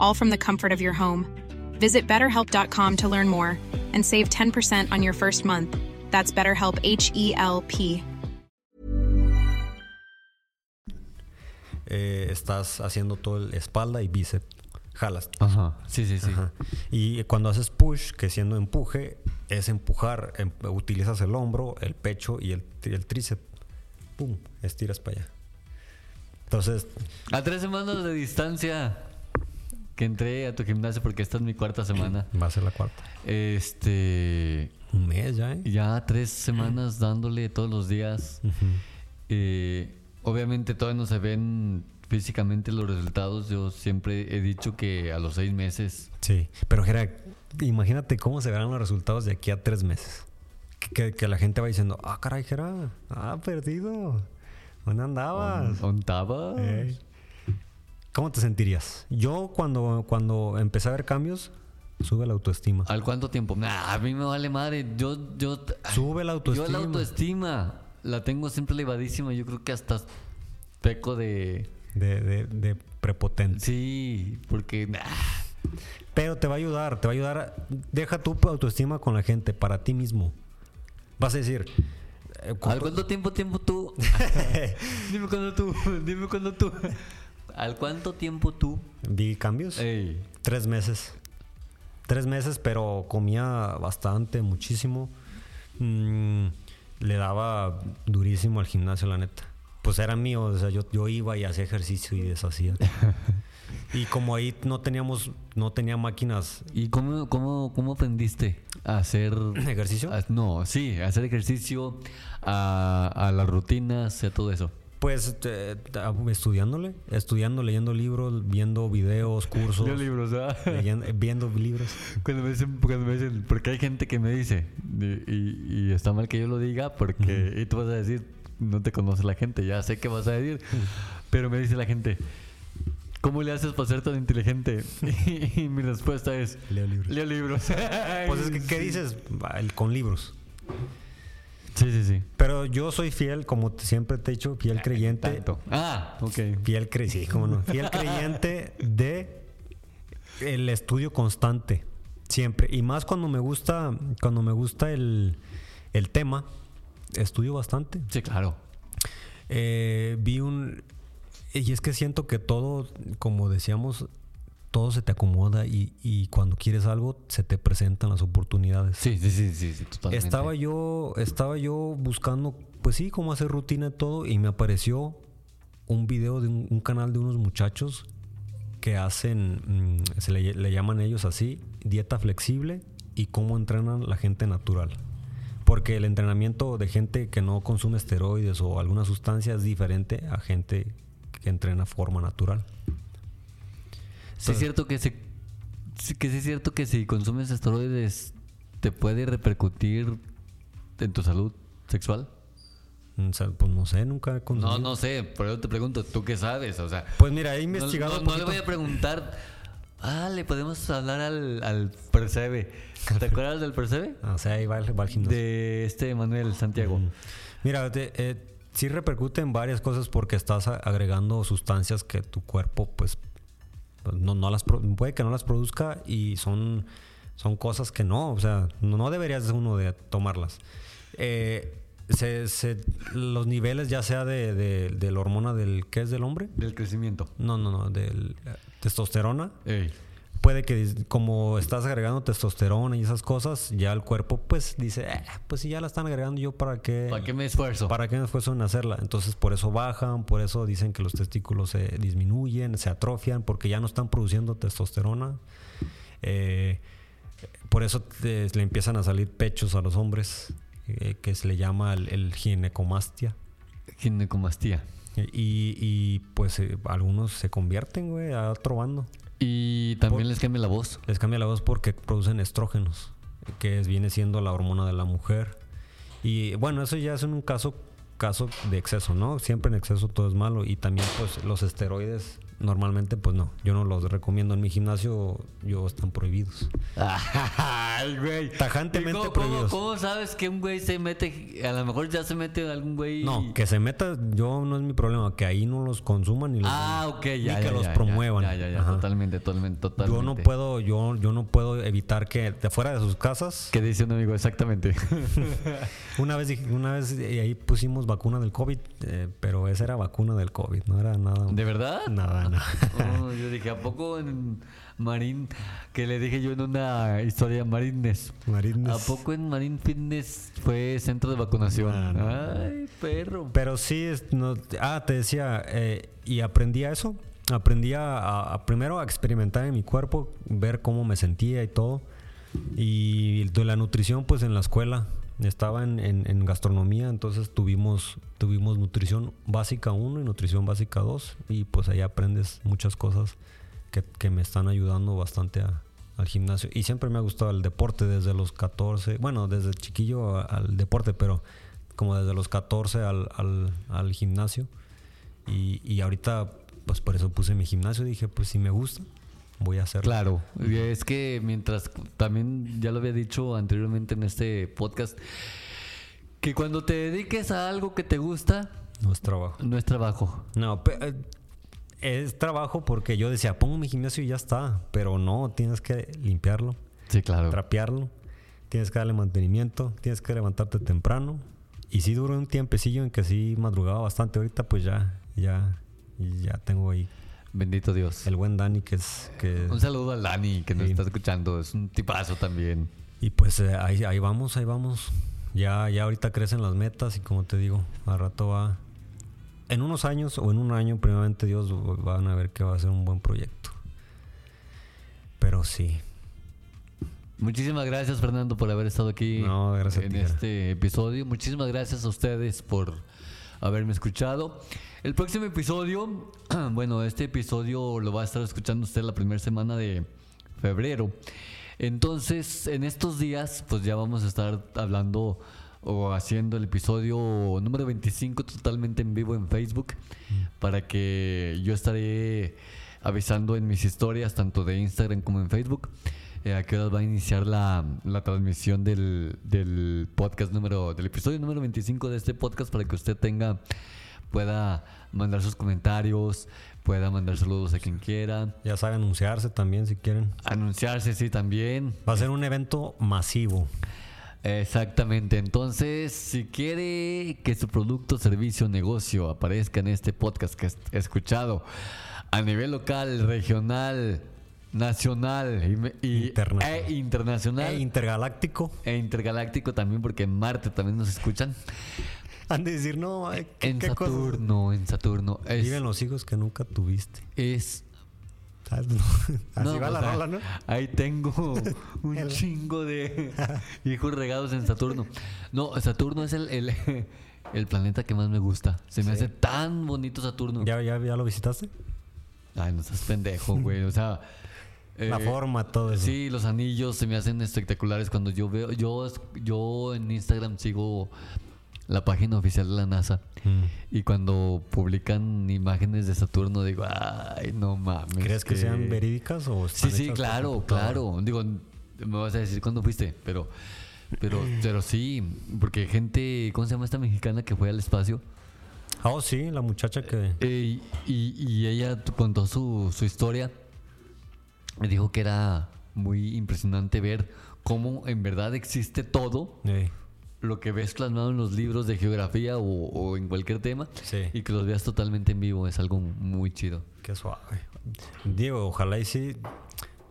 [SPEAKER 4] all from the comfort of your home. Visit betterhelp.com to learn more and save 10% on your first month. That's BetterHelp H E L P.
[SPEAKER 3] eh, estás haciendo todo el espalda y bíceps. Jalas.
[SPEAKER 2] Ajá. Sí, sí, sí.
[SPEAKER 3] Ajá. Y cuando haces push, que siendo empuje, es empujar, em- utilizas el hombro, el pecho y el, tri- el tríceps. Pum, estiras para allá. Entonces,
[SPEAKER 2] A tres semanas de distancia que entré a tu gimnasio porque esta es mi cuarta semana.
[SPEAKER 3] va a ser la cuarta.
[SPEAKER 2] Este.
[SPEAKER 3] Un mes ya, ¿eh?
[SPEAKER 2] Ya tres semanas dándole todos los días. Eh, obviamente todavía no se ven físicamente los resultados. Yo siempre he dicho que a los seis meses.
[SPEAKER 3] Sí, pero Jera, imagínate cómo se verán los resultados de aquí a tres meses. Que, que la gente va diciendo, ah, caray, Jera, ah, perdido. ¿Dónde andabas?
[SPEAKER 2] ¿Ontaba?
[SPEAKER 3] Ah, Ey. ¿Cómo te sentirías? Yo cuando, cuando empecé a ver cambios, sube la autoestima.
[SPEAKER 2] ¿Al cuánto tiempo? Nah, a mí me vale madre. Yo, yo,
[SPEAKER 3] Sube la autoestima.
[SPEAKER 2] yo la autoestima la tengo siempre elevadísima. Yo creo que hasta peco de.
[SPEAKER 3] De, de, de prepotente.
[SPEAKER 2] Sí, porque. nah,
[SPEAKER 3] Pero te va a ayudar, te va a ayudar. a- Deja tu autoestima con la gente, para ti mismo. Vas a decir... eh,
[SPEAKER 2] ¿Al cuánto tiempo, tiempo tú? dime cuándo tú. Dime cuándo tú. ¿Al cuánto tiempo tú?
[SPEAKER 3] Vi cambios.
[SPEAKER 2] Ey.
[SPEAKER 3] Tres meses. Tres meses, pero comía bastante, muchísimo. Mm, le daba durísimo al gimnasio, la neta. Pues era mío, o sea, yo, yo iba y hacía ejercicio y deshacía. y como ahí no teníamos, no tenía máquinas
[SPEAKER 2] ¿Y cómo, cómo, cómo aprendiste a hacer
[SPEAKER 3] ejercicio,
[SPEAKER 2] a- no, sí, a hacer ejercicio, a, a las rutinas, a todo eso.
[SPEAKER 3] pues eh, ta- estudiándole, estudiando, leyendo libros, viendo videos, cursos,
[SPEAKER 2] libros,
[SPEAKER 3] leyendo- viendo libros.
[SPEAKER 2] Cuando me, dicen, cuando me dicen, porque hay gente que me dice, y, y- y está mal que yo lo diga, porque y tú vas a decir, no te conoce la gente, ya sé que vas a decir, pero me dice la gente, ¿cómo le haces para ser tan inteligente? Y, mi respuesta es,
[SPEAKER 3] Leo libros.
[SPEAKER 2] Leo libros.
[SPEAKER 3] Pues es que, ¿qué dices? Va, el- Con libros.
[SPEAKER 2] Sí, sí, sí.
[SPEAKER 3] Pero yo soy fiel, como te- siempre te he dicho, fiel creyente.
[SPEAKER 2] Tanto. Ah, ok.
[SPEAKER 3] Fiel creyente, cómo no. Fiel creyente de el estudio constante. Siempre. Y más cuando me gusta, cuando me gusta el, el tema, estudio bastante.
[SPEAKER 2] Sí, claro.
[SPEAKER 3] Eh, vi un. Y es que siento que todo, como decíamos, todo se te acomoda y, y cuando quieres algo, se te presentan las oportunidades.
[SPEAKER 2] Sí, sí, sí, sí, sí, totalmente.
[SPEAKER 3] Estaba yo, estaba yo buscando, pues sí, cómo hacer rutina y todo, y me apareció un video de un, un canal de unos muchachos que hacen, mm, se le, le llaman ellos así, dieta flexible y cómo entrenan la gente natural. Porque el entrenamiento de gente que no consume esteroides o alguna sustancia es diferente a gente que entrena forma natural.
[SPEAKER 2] Sí es cierto que se sí que sí es cierto que si consumes esteroides te puede repercutir en tu salud sexual.
[SPEAKER 3] O sea, pues no sé, nunca he
[SPEAKER 2] No,
[SPEAKER 3] consumido.
[SPEAKER 2] no sé, por eso te pregunto, ¿tú qué sabes? O sea,
[SPEAKER 3] Pues mira, he
[SPEAKER 2] no,
[SPEAKER 3] investigado.
[SPEAKER 2] no-
[SPEAKER 3] un
[SPEAKER 2] no le
[SPEAKER 3] poquito.
[SPEAKER 2] voy a preguntar. Ah, le podemos hablar al, al Percebe. ¿Te acuerdas del Percebe?
[SPEAKER 3] Ah, O sea, ahí va, el- va el gimnasio.
[SPEAKER 2] De este Manuel Santiago.
[SPEAKER 3] Mira, te- eh, sí repercute en varias cosas porque estás a- agregando sustancias que tu cuerpo, pues, no, no las pro- puede que no las produzca y son, son cosas que no, o sea, no, no deberías uno de tomarlas. Eh, se- se- los niveles ya sea de, de- de la hormona del que es del hombre,
[SPEAKER 2] Del crecimiento.
[SPEAKER 3] no, no, no, del eh, testosterona,
[SPEAKER 2] Ey.
[SPEAKER 3] puede que dis- como estás agregando testosterona y esas cosas, ya el cuerpo pues dice, "Eh, pues si ya la están agregando yo para qué...
[SPEAKER 2] ¿Para qué me esfuerzo?
[SPEAKER 3] ¿Para qué me esfuerzo en hacerla? Entonces, por eso bajan, por eso dicen que los testículos se disminuyen, se atrofian, porque ya no están produciendo testosterona. Eh, por eso te- le empiezan a salir pechos a los hombres, eh, que se le llama el, el ginecomastia.
[SPEAKER 2] Ginecomastía.
[SPEAKER 3] Eh, Y, y, pues eh, algunos se convierten, güey, a otro bando.
[SPEAKER 2] Y también les cambia la voz.
[SPEAKER 3] Les cambia la voz porque producen estrógenos, que es- viene siendo la hormona de la mujer. Y bueno, eso ya es un caso, caso de exceso, ¿no? Siempre en exceso todo es malo. Y también pues los esteroides Normalmente, pues no, yo no los recomiendo en mi gimnasio, yo están prohibidos.
[SPEAKER 2] Ay, güey.
[SPEAKER 3] Tajantemente
[SPEAKER 2] ¿Y cómo-
[SPEAKER 3] prohibidos.
[SPEAKER 2] ¿cómo, cómo sabes que un güey se mete? A lo mejor ya se mete algún güey.
[SPEAKER 3] No, que se meta, yo no es mi problema, que ahí no los consuman ni los
[SPEAKER 2] Ah, ok, ya.
[SPEAKER 3] ni
[SPEAKER 2] ya,
[SPEAKER 3] que
[SPEAKER 2] ya,
[SPEAKER 3] los
[SPEAKER 2] ya,
[SPEAKER 3] promuevan.
[SPEAKER 2] Ya, ya, ya.
[SPEAKER 3] Ajá.
[SPEAKER 2] Totalmente, totalmente, totalmente.
[SPEAKER 3] Yo no puedo, yo, yo no puedo evitar que de fuera de sus casas.
[SPEAKER 2] ¿Qué dice un amigo? Exactamente.
[SPEAKER 3] Una vez dije- una vez eh, ahí pusimos vacuna del COVID, eh, pero esa era vacuna del COVID, no era nada.
[SPEAKER 2] ¿De verdad?
[SPEAKER 3] Nada, nada.
[SPEAKER 2] Oh, yo dije, ¿a poco en Marín? Que le dije yo en una historia Marines.
[SPEAKER 3] Marines.
[SPEAKER 2] ¿A poco en Marín Fitness fue centro de vacunación?
[SPEAKER 3] No, no, Ah, no.
[SPEAKER 2] Ay, perro.
[SPEAKER 3] Pero sí, es- no- ah, te decía, eh, y aprendí a eso. Aprendí a, a- a primero a experimentar en mi cuerpo, ver cómo me sentía y todo. Y de la nutrición, pues en la escuela. Estaba en, en- en gastronomía, entonces tuvimos, tuvimos nutrición básica 1 y nutrición básica 2. Y pues ahí aprendes muchas cosas que, que me están ayudando bastante a- al gimnasio. Y siempre me ha gustado el deporte desde los 14, bueno, desde chiquillo a- al deporte, pero como desde los 14 al, al- al gimnasio. Y, y ahorita, pues por eso puse mi gimnasio. Dije, pues si me gusta, voy a hacerlo.
[SPEAKER 2] Claro, y es que mientras también ya lo había dicho anteriormente en este podcast, que cuando te dediques a algo que te gusta,
[SPEAKER 3] No es trabajo.
[SPEAKER 2] no es trabajo.
[SPEAKER 3] No, pe- eh, es trabajo porque yo decía, pongo mi gimnasio y ya está. Pero no, tienes que limpiarlo,
[SPEAKER 2] Sí, claro.
[SPEAKER 3] trapearlo, tienes que darle mantenimiento, tienes que levantarte temprano. Y sí duró un tiempecillo en que sí madrugaba bastante. Ahorita pues ya, ya, ya tengo ahí
[SPEAKER 2] Bendito Dios.
[SPEAKER 3] el buen Dani que es... Que
[SPEAKER 2] Un saludo al Dani que nos
[SPEAKER 3] Sí.
[SPEAKER 2] está escuchando, es un tipazo también.
[SPEAKER 3] Y pues eh, ahí, ahí vamos, ahí vamos. Ya, ya ahorita crecen las metas y como te digo, al rato va... En unos años o en un año, primeramente Dios, van a ver que va a ser un buen proyecto. Pero sí.
[SPEAKER 2] Muchísimas gracias Fernando por haber estado aquí
[SPEAKER 3] No, gracias a
[SPEAKER 2] en
[SPEAKER 3] ti, Jera.
[SPEAKER 2] este episodio. Muchísimas gracias a ustedes por haberme escuchado. El próximo episodio, bueno, este episodio lo va a estar escuchando usted la primera semana de febrero. Entonces, en estos días, pues ya vamos a estar hablando o haciendo el episodio número 25 totalmente en vivo en Facebook
[SPEAKER 3] Mm.
[SPEAKER 2] para que yo estaré avisando en mis historias, tanto de Instagram como en Facebook, eh, a qué horas va a iniciar la, la transmisión del, del podcast número, del episodio número 25 de este podcast para que usted tenga, pueda mandar sus comentarios, pueda mandar saludos a quien quiera,
[SPEAKER 3] Ya saben anunciarse también si quieren.
[SPEAKER 2] anunciarse, sí, también.
[SPEAKER 3] Va a ser un evento masivo.
[SPEAKER 2] Exactamente, entonces si quiere que su producto, servicio, negocio aparezca en este podcast que has escuchado a nivel local, regional, nacional y, me- y-
[SPEAKER 3] Internacional.
[SPEAKER 2] e internacional
[SPEAKER 3] Eh, intergaláctico.
[SPEAKER 2] e intergaláctico también porque en Marte también nos escuchan,
[SPEAKER 3] Han de decir, no, ay, qué,
[SPEAKER 2] en
[SPEAKER 3] qué cosas.
[SPEAKER 2] Saturno, en Saturno
[SPEAKER 3] Viven
[SPEAKER 2] es,
[SPEAKER 3] los hijos que nunca tuviste.
[SPEAKER 2] es
[SPEAKER 3] ¿Sabes? Así
[SPEAKER 2] No,
[SPEAKER 3] va
[SPEAKER 2] pues,
[SPEAKER 3] la
[SPEAKER 2] ah,
[SPEAKER 3] rola, ¿no?
[SPEAKER 2] Ahí tengo un chingo de hijos regados en Saturno. No, Saturno es el, el, el planeta que más me gusta. Se me hace tan bonito Saturno.
[SPEAKER 3] ¿Ya, ya, ya lo visitaste?
[SPEAKER 2] Ay, no seas pendejo, güey. O sea.
[SPEAKER 3] La
[SPEAKER 2] eh,
[SPEAKER 3] forma, todo eso.
[SPEAKER 2] Sí, los anillos se me hacen espectaculares cuando yo veo. Yo, yo en Instagram sigo la página oficial de la NASA.
[SPEAKER 3] Mm.
[SPEAKER 2] Y cuando publican imágenes de Saturno, digo, ay, no mames.
[SPEAKER 3] ¿Crees que
[SPEAKER 2] qué-
[SPEAKER 3] sean verídicas o
[SPEAKER 2] Este, Sí,
[SPEAKER 3] están
[SPEAKER 2] sí,
[SPEAKER 3] hechas por
[SPEAKER 2] claro,
[SPEAKER 3] computadora?
[SPEAKER 2] claro. Digo, me vas a decir cuándo fuiste, pero, pero, pero sí, porque gente, ¿cómo se llama esta mexicana que fue al espacio?
[SPEAKER 3] Ah, oh, sí, la muchacha que.
[SPEAKER 2] Eh, y, y ella t- contó su, su historia. Me dijo que era muy impresionante ver cómo en verdad existe todo
[SPEAKER 3] Ey,
[SPEAKER 2] lo que ves plasmado en los libros de geografía o, o en cualquier tema
[SPEAKER 3] Sí.
[SPEAKER 2] y que los veas totalmente en vivo es algo muy chido.
[SPEAKER 3] qué suave. Diego, ojalá y sí.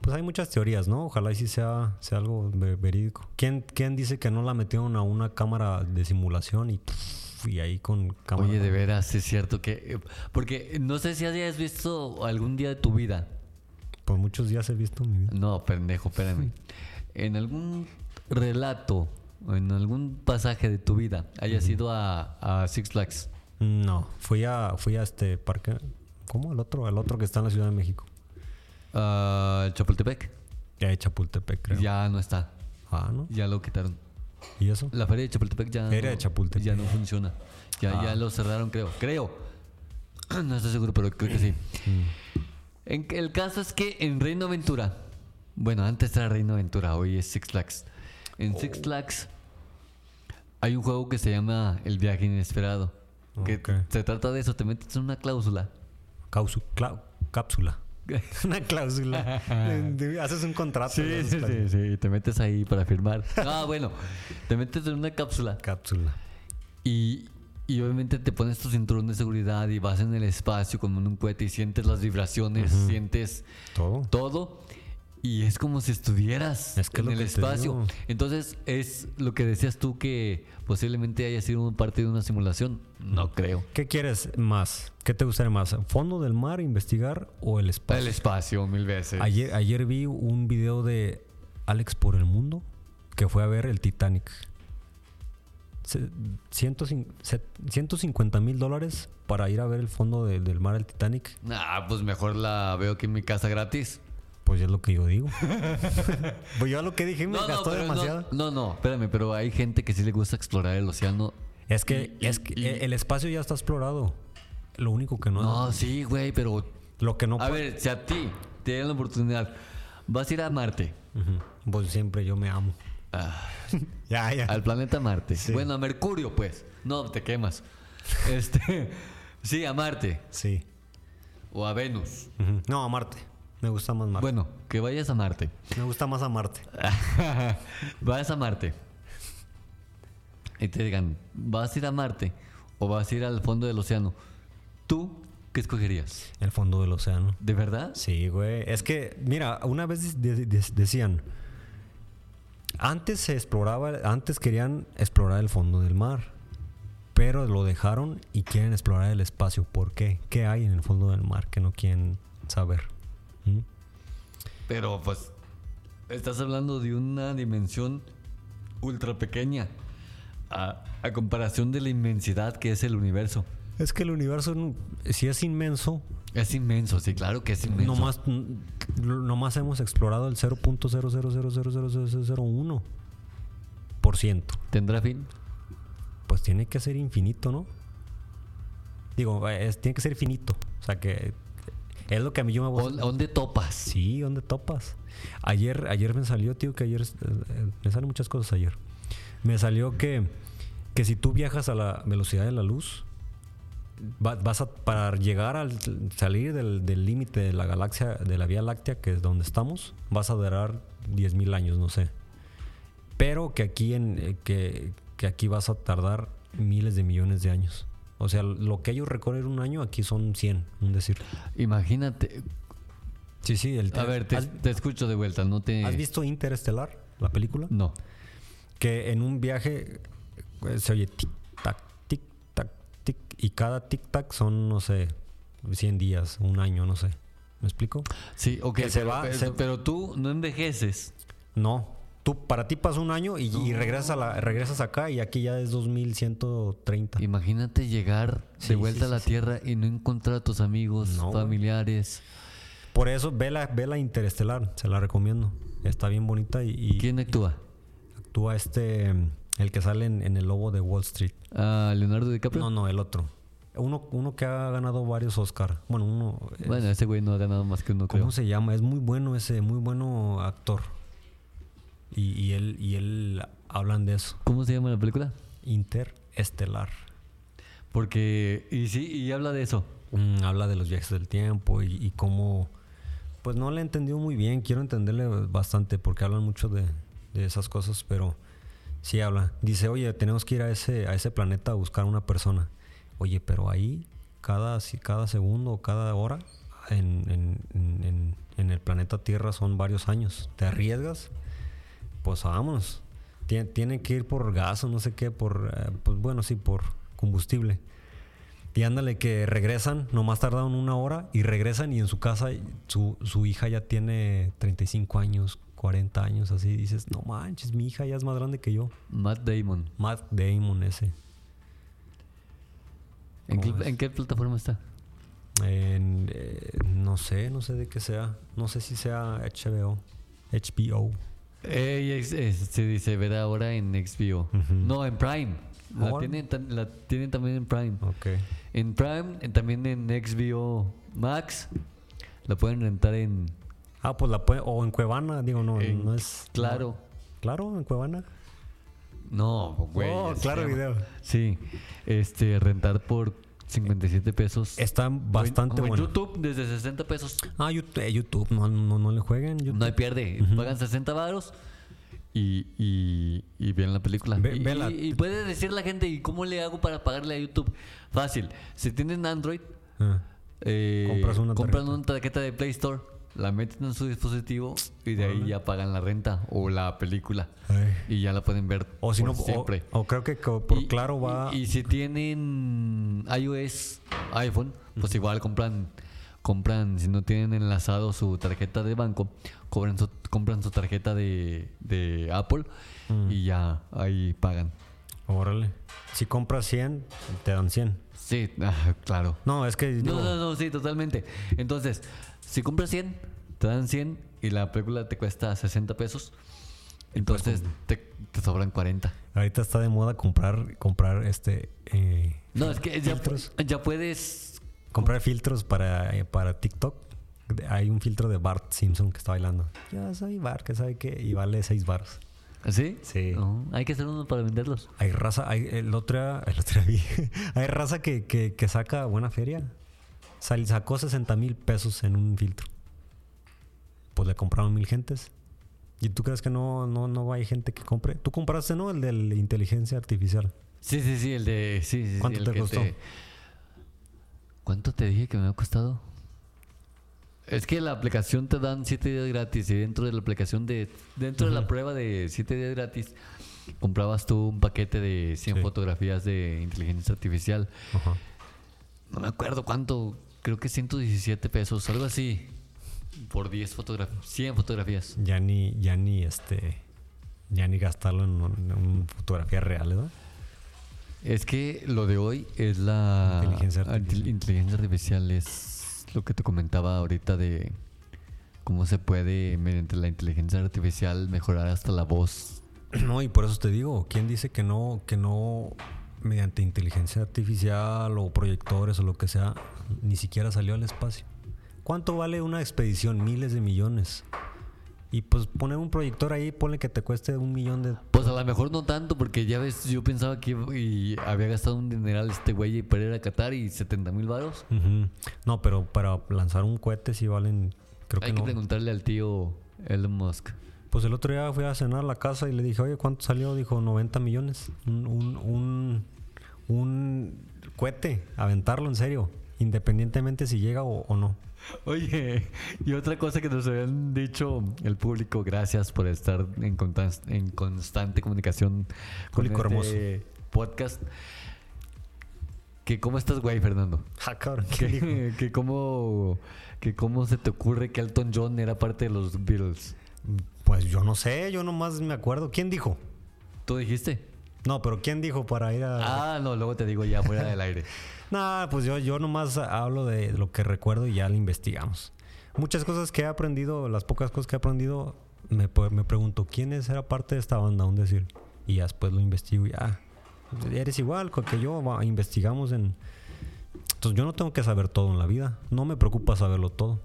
[SPEAKER 3] Pues hay muchas teorías, ¿no? Ojalá y sí sea, sea algo ve- verídico. ¿Quién, ¿Quién dice que no la metieron a una cámara de simulación y, pff, y ahí con cámara?
[SPEAKER 2] Oye, de veras, es cierto que... eh, Porque no sé si hayas visto algún día de tu vida.
[SPEAKER 3] Por muchos días he visto en mi vida.
[SPEAKER 2] No, pendejo, espérame. En algún relato, o en algún pasaje de tu vida, hayas ido a, a Six Flags.
[SPEAKER 3] No, fui a, fui a este parque. ¿Cómo? El otro, el otro que está en la Ciudad de México.
[SPEAKER 2] a Chapultepec.
[SPEAKER 3] Ya de Chapultepec, creo.
[SPEAKER 2] Ya no está.
[SPEAKER 3] Ah, ¿no?
[SPEAKER 2] Ya lo quitaron.
[SPEAKER 3] ¿Y eso?
[SPEAKER 2] La feria de Chapultepec Ah. ya,
[SPEAKER 3] Feria
[SPEAKER 2] no,
[SPEAKER 3] de Chapultepec.
[SPEAKER 2] ya no funciona. Ya, ya lo cerraron, creo. Creo. No estoy seguro, pero creo que sí. Mm. En- el caso es que en Reino Ventura, bueno, antes era Reino Ventura, hoy es Six Flags. En Six Flags hay un juego que se llama El viaje inesperado. Que
[SPEAKER 3] Ok.
[SPEAKER 2] se trata de eso, te metes en una cláusula.
[SPEAKER 3] Causu- clau- cápsula. Una cláusula. Haces un contrato.
[SPEAKER 2] Sí,
[SPEAKER 3] haces
[SPEAKER 2] sí,
[SPEAKER 3] cláusula.
[SPEAKER 2] sí, sí, te metes ahí para firmar. Ah, bueno, te metes en una cápsula
[SPEAKER 3] Cápsula.
[SPEAKER 2] y, y obviamente te pones tu cinturón de seguridad y vas en el espacio como en un cohete y sientes las vibraciones, sientes
[SPEAKER 3] Todo.
[SPEAKER 2] todo y es como si estuvieras
[SPEAKER 3] Es que es
[SPEAKER 2] en
[SPEAKER 3] lo
[SPEAKER 2] el
[SPEAKER 3] que te
[SPEAKER 2] espacio.
[SPEAKER 3] digo.
[SPEAKER 2] Entonces es lo que decías tú que posiblemente haya sido un parte de una simulación. No creo.
[SPEAKER 3] ¿Qué quieres más? ¿Qué te gustaría más? ¿Fondo del mar, investigar o el espacio?
[SPEAKER 2] El espacio mil veces.
[SPEAKER 3] Ayer, ayer vi un video de Alex por el mundo que fue a ver el Titanic. Se- ciento cin- set- 150 mil dólares para ir a ver el fondo de- del mar del Titanic.
[SPEAKER 2] Ah, pues mejor la veo aquí en mi casa gratis.
[SPEAKER 3] Pues es lo que yo digo. pues yo lo que dije me
[SPEAKER 2] No, no,
[SPEAKER 3] gastó
[SPEAKER 2] pero no,
[SPEAKER 3] demasiado.
[SPEAKER 2] No, no, espérame, pero hay gente que sí le gusta explorar el océano.
[SPEAKER 3] Es que, es que e, el espacio ya está explorado. Lo único que no,
[SPEAKER 2] No, sí, güey, pero.
[SPEAKER 3] Lo que no.
[SPEAKER 2] A ver, si a ti te dan la oportunidad, vas a ir a Marte,
[SPEAKER 3] Ujú. Pues siempre yo me amo. ya, ya.
[SPEAKER 2] Ah. al planeta Marte. Bueno, a Mercurio, pues. No, te quemas. Este. sí, a Marte
[SPEAKER 3] Sí.
[SPEAKER 2] o a Venus.
[SPEAKER 3] Ujú. No, a Marte. Me gusta más Marte.
[SPEAKER 2] Bueno, que vayas a Marte.
[SPEAKER 3] Me gusta más a Marte.
[SPEAKER 2] vas a Marte. Y te digan, ¿vas a ir a Marte o vas a ir al fondo del océano? ¿Tú qué escogerías?
[SPEAKER 3] El fondo del océano.
[SPEAKER 2] ¿De verdad?
[SPEAKER 3] Sí, güey. Es que, mira, una vez de- de- decían, antes se exploraba, antes querían explorar el fondo del mar, pero lo dejaron y quieren explorar el espacio. ¿Por qué? ¿Qué hay en el fondo del mar que no quieren saber? ¿Mm?
[SPEAKER 2] Pero pues estás hablando de una dimensión ultra pequeña a, a comparación de la inmensidad que es el universo.
[SPEAKER 3] Es que el universo, no- si es inmenso,
[SPEAKER 2] Es inmenso, sí, claro que es inmenso.
[SPEAKER 3] nomás, n- nomás hemos explorado el 0.000000001%.
[SPEAKER 2] ¿Tendrá fin?
[SPEAKER 3] pues tiene que ser infinito, ¿no? Digo, eh, es- tiene que ser finito. O sea que es lo que a mí yo me voy
[SPEAKER 2] ¿Dó- ¿Dónde topas?
[SPEAKER 3] Sí, ¿dónde topas? Ayer, ayer me salió, tío, que ayer eh, eh, me salen muchas cosas ayer. Me salió que, que si tú viajas a la velocidad de la luz, va- vas a para llegar al salir del del límite de la galaxia, de la Vía Láctea, que es donde estamos, vas a durar 10.000 años, no sé. Pero que aquí en eh, que, que aquí vas a tardar miles de millones de años. O sea, lo que ellos recorren un año, aquí son 100, un decir.
[SPEAKER 2] Imagínate.
[SPEAKER 3] Sí, sí, el
[SPEAKER 2] A ver, te,
[SPEAKER 3] ¿Has-
[SPEAKER 2] te escucho de vuelta, no te...
[SPEAKER 3] ¿Has visto Interestelar, la película?
[SPEAKER 2] No.
[SPEAKER 3] Que en un viaje eh, se oye tic-tac, tic-tac, tic, y cada tic-tac son, no sé, 100 días, un año, no sé. ¿Me explico?
[SPEAKER 2] Sí, ok.
[SPEAKER 3] Que se
[SPEAKER 2] pero,
[SPEAKER 3] va,
[SPEAKER 2] pero-
[SPEAKER 3] se-
[SPEAKER 2] pero tú no envejeces.
[SPEAKER 3] No. Tú, para ti pasa un año y, y regresas, a la- regresas acá y aquí ya es 2130.
[SPEAKER 2] Imagínate llegar
[SPEAKER 3] Ah. Sí,
[SPEAKER 2] de vuelta
[SPEAKER 3] sí,
[SPEAKER 2] a la
[SPEAKER 3] sí, sí.
[SPEAKER 2] Tierra y no encontrar a tus amigos,
[SPEAKER 3] No, güey.
[SPEAKER 2] familiares.
[SPEAKER 3] Por eso, vela, vela Interestelar, se la recomiendo. Está bien bonita y, y
[SPEAKER 2] ¿Quién actúa?
[SPEAKER 3] actúa este, mm, el que sale en, en El Lobo de Wall Street.
[SPEAKER 2] ¿A Leonardo DiCaprio?
[SPEAKER 3] No, no, el otro. Uno, uno que ha ganado varios Oscar. Bueno, uno. eh,
[SPEAKER 2] Bueno, ese güey no ha ganado más que uno, creo.
[SPEAKER 3] ¿Cómo se llama? Es muy bueno ese, muy bueno actor. Y, y él, y él hablan de eso.
[SPEAKER 2] ¿Cómo se llama la película?
[SPEAKER 3] Interestelar.
[SPEAKER 2] Porque, y sí, y habla de eso.
[SPEAKER 3] Mm, habla de los viajes del tiempo y, y cómo. Pues no le he entendido muy bien. Quiero entenderle bastante porque hablan mucho de, de esas cosas, pero sí habla. Dice, oye, tenemos que ir a ese, a ese planeta a buscar a una persona. Oye, pero ahí, cada, si- cada segundo o cada hora en, en- en- en- en el planeta Tierra son varios años. ¿Te arriesgas? Pues vámonos. Tien- tienen que ir por gas o no sé qué, por, eh, pues bueno, sí, por combustible. Y ándale que regresan, nomás tardaron una hora y regresan y en su casa su, su hija ya tiene 35 años, 40 años, así. Y dices, no manches, mi hija ya es más grande que yo.
[SPEAKER 2] Matt Damon.
[SPEAKER 3] Matt Damon ese.
[SPEAKER 2] ¿En qué,
[SPEAKER 3] ¿Cómo ves?
[SPEAKER 2] en qué plataforma está?
[SPEAKER 3] En, eh, no sé, no sé de qué sea. No sé si sea HBO. HBO.
[SPEAKER 2] Ey, es- es- se dice ver ahora en XView. No, en Prime. La
[SPEAKER 3] Ahora-
[SPEAKER 2] tienen, tan- la tienen también en Prime.
[SPEAKER 3] Ok.
[SPEAKER 2] En Prime, en- también en XBO Max. La pueden rentar en.
[SPEAKER 3] Ah, pues la puede. O en Cuevana, digo, no,
[SPEAKER 2] En-
[SPEAKER 3] no es.
[SPEAKER 2] Claro.
[SPEAKER 3] Claro, en Cuevana.
[SPEAKER 2] No, güey.
[SPEAKER 3] Oh,
[SPEAKER 2] ese
[SPEAKER 3] claro,
[SPEAKER 2] tema.
[SPEAKER 3] video.
[SPEAKER 2] Sí. Este, rentar por 57 pesos.
[SPEAKER 3] Está
[SPEAKER 2] O en-
[SPEAKER 3] bastante
[SPEAKER 2] o en
[SPEAKER 3] bueno.
[SPEAKER 2] YouTube, desde 60 pesos.
[SPEAKER 3] Ah, YouTube, eh, YouTube, no, no, no le jueguen. YouTube.
[SPEAKER 2] No hay pierde. Pagan 60 varos y, y, y ven la película.
[SPEAKER 3] Ve-
[SPEAKER 2] y,
[SPEAKER 3] vela.
[SPEAKER 2] y- y puede decir la gente, ¿y cómo le hago para pagarle a YouTube? Fácil. Si tienen Android,
[SPEAKER 3] Ah,
[SPEAKER 2] eh,
[SPEAKER 3] Compras una
[SPEAKER 2] compran
[SPEAKER 3] tarjeta.
[SPEAKER 2] una tarjeta de Play Store, la meten en su dispositivo y de ahí ya pagan la renta o la película.
[SPEAKER 3] Ay.
[SPEAKER 2] Y ya la pueden ver
[SPEAKER 3] O si
[SPEAKER 2] por
[SPEAKER 3] no, o-
[SPEAKER 2] siempre.
[SPEAKER 3] O, creo que co- por
[SPEAKER 2] Y-
[SPEAKER 3] claro va.
[SPEAKER 2] Y, y si tienen iOS, iPhone, pues igual compran, compran, si no tienen enlazado su tarjeta de banco, cobran su- compran su tarjeta de, de Apple
[SPEAKER 3] Mm.
[SPEAKER 2] y ya ahí pagan.
[SPEAKER 3] Órale. Si compras 100, te dan 100.
[SPEAKER 2] Sí, ah, claro.
[SPEAKER 3] No, es que.
[SPEAKER 2] No,
[SPEAKER 3] digo,
[SPEAKER 2] no, no, sí, totalmente. Entonces, si compras 100, te dan 100 y la película te cuesta 60 pesos, entonces te, te sobran 40.
[SPEAKER 3] Ahorita está de moda comprar, comprar este. eh,
[SPEAKER 2] No, es que ya,
[SPEAKER 3] Filtros.
[SPEAKER 2] ya puedes
[SPEAKER 3] comprar filtros para, eh, para TikTok. De- Hay un filtro de Bart Simpson que está bailando. Yo soy Bart, que sabe qué. Y vale 6 baros.
[SPEAKER 2] ¿Ah, ¿Sí?
[SPEAKER 3] Sí.
[SPEAKER 2] No, hay que hacer uno para venderlos.
[SPEAKER 3] Hay raza, hay el otro, el otro día vi, hay raza que, que, que saca buena feria. Sal- sacó 60 mil pesos en un filtro. Pues le compraron mil gentes. ¿Y tú crees que no, no, no hay gente que compre? Tú compraste, ¿no? El de la inteligencia artificial.
[SPEAKER 2] Sí, sí, sí, el de. Sí, sí, sí,
[SPEAKER 3] ¿Cuánto
[SPEAKER 2] el
[SPEAKER 3] te
[SPEAKER 2] que
[SPEAKER 3] costó?
[SPEAKER 2] ¿Cuánto te dije que me ha costado? Es que la aplicación te dan 7 días gratis y dentro de la aplicación de. Dentro de la prueba de 7 días gratis, comprabas tú un paquete de 100
[SPEAKER 3] Sí.
[SPEAKER 2] fotografías de inteligencia artificial.
[SPEAKER 3] Ajá.
[SPEAKER 2] No me acuerdo cuánto, creo que 117 pesos, algo así. Por 10 fotografías, 100 fotografías.
[SPEAKER 3] Ya ni, ya ni este. Ya ni gastarlo en, un- en una fotografía real, ¿verdad?
[SPEAKER 2] Es que lo de hoy es la
[SPEAKER 3] Inteligencia
[SPEAKER 2] arti-
[SPEAKER 3] artificial.
[SPEAKER 2] inteligencia artificial es lo que te comentaba ahorita de cómo se puede mediante la inteligencia artificial mejorar hasta la voz.
[SPEAKER 3] No, y por eso te digo, ¿quién dice que no, que no mediante inteligencia artificial o proyectores o lo que sea, ni siquiera salió al espacio? ¿Cuánto vale una expedición? Miles de millones. Y pues poner un proyector ahí, ponle que te cueste un millón de...
[SPEAKER 2] Pues a lo mejor no tanto porque ya ves, yo pensaba que iba- y había gastado un dineral este güey para ir a Qatar y 70 mil varos.
[SPEAKER 3] Ujú. No, pero para lanzar un cohete sí valen, creo
[SPEAKER 2] Hay
[SPEAKER 3] que
[SPEAKER 2] que
[SPEAKER 3] no.
[SPEAKER 2] preguntarle al tío Elon Musk.
[SPEAKER 3] Pues el otro día fui a cenar a la casa y le dije, oye, ¿cuánto salió? Dijo, 90 millones. Un, un, un, un cohete, aventarlo en serio, independientemente si llega o- o no.
[SPEAKER 2] Oye, y otra cosa que nos habían dicho el público, gracias por estar en, contas- en constante comunicación con
[SPEAKER 3] Público
[SPEAKER 2] este podcast. Que cómo estás, güey, Fernando.
[SPEAKER 3] Ah, cabrón, ¿qué dijo?
[SPEAKER 2] Que, que cómo que cómo se te ocurre que Elton John era parte de los Beatles.
[SPEAKER 3] Pues yo no sé, yo nomás me acuerdo. ¿Quién dijo?
[SPEAKER 2] ¿Tú dijiste?
[SPEAKER 3] No, pero ¿quién dijo para ir a.?
[SPEAKER 2] Ah, no, luego te digo ya fuera del aire.
[SPEAKER 3] Nah, pues yo, yo nomás hablo de lo que recuerdo y ya lo investigamos. Muchas cosas que he aprendido, las pocas cosas que he aprendido, me, pre- me pregunto quiénes era parte de esta banda, un decir. Y ya después lo investigo y ah, eres igual co- que yo, va, investigamos en. Entonces yo no tengo que saber todo en la vida. No me preocupa saberlo todo.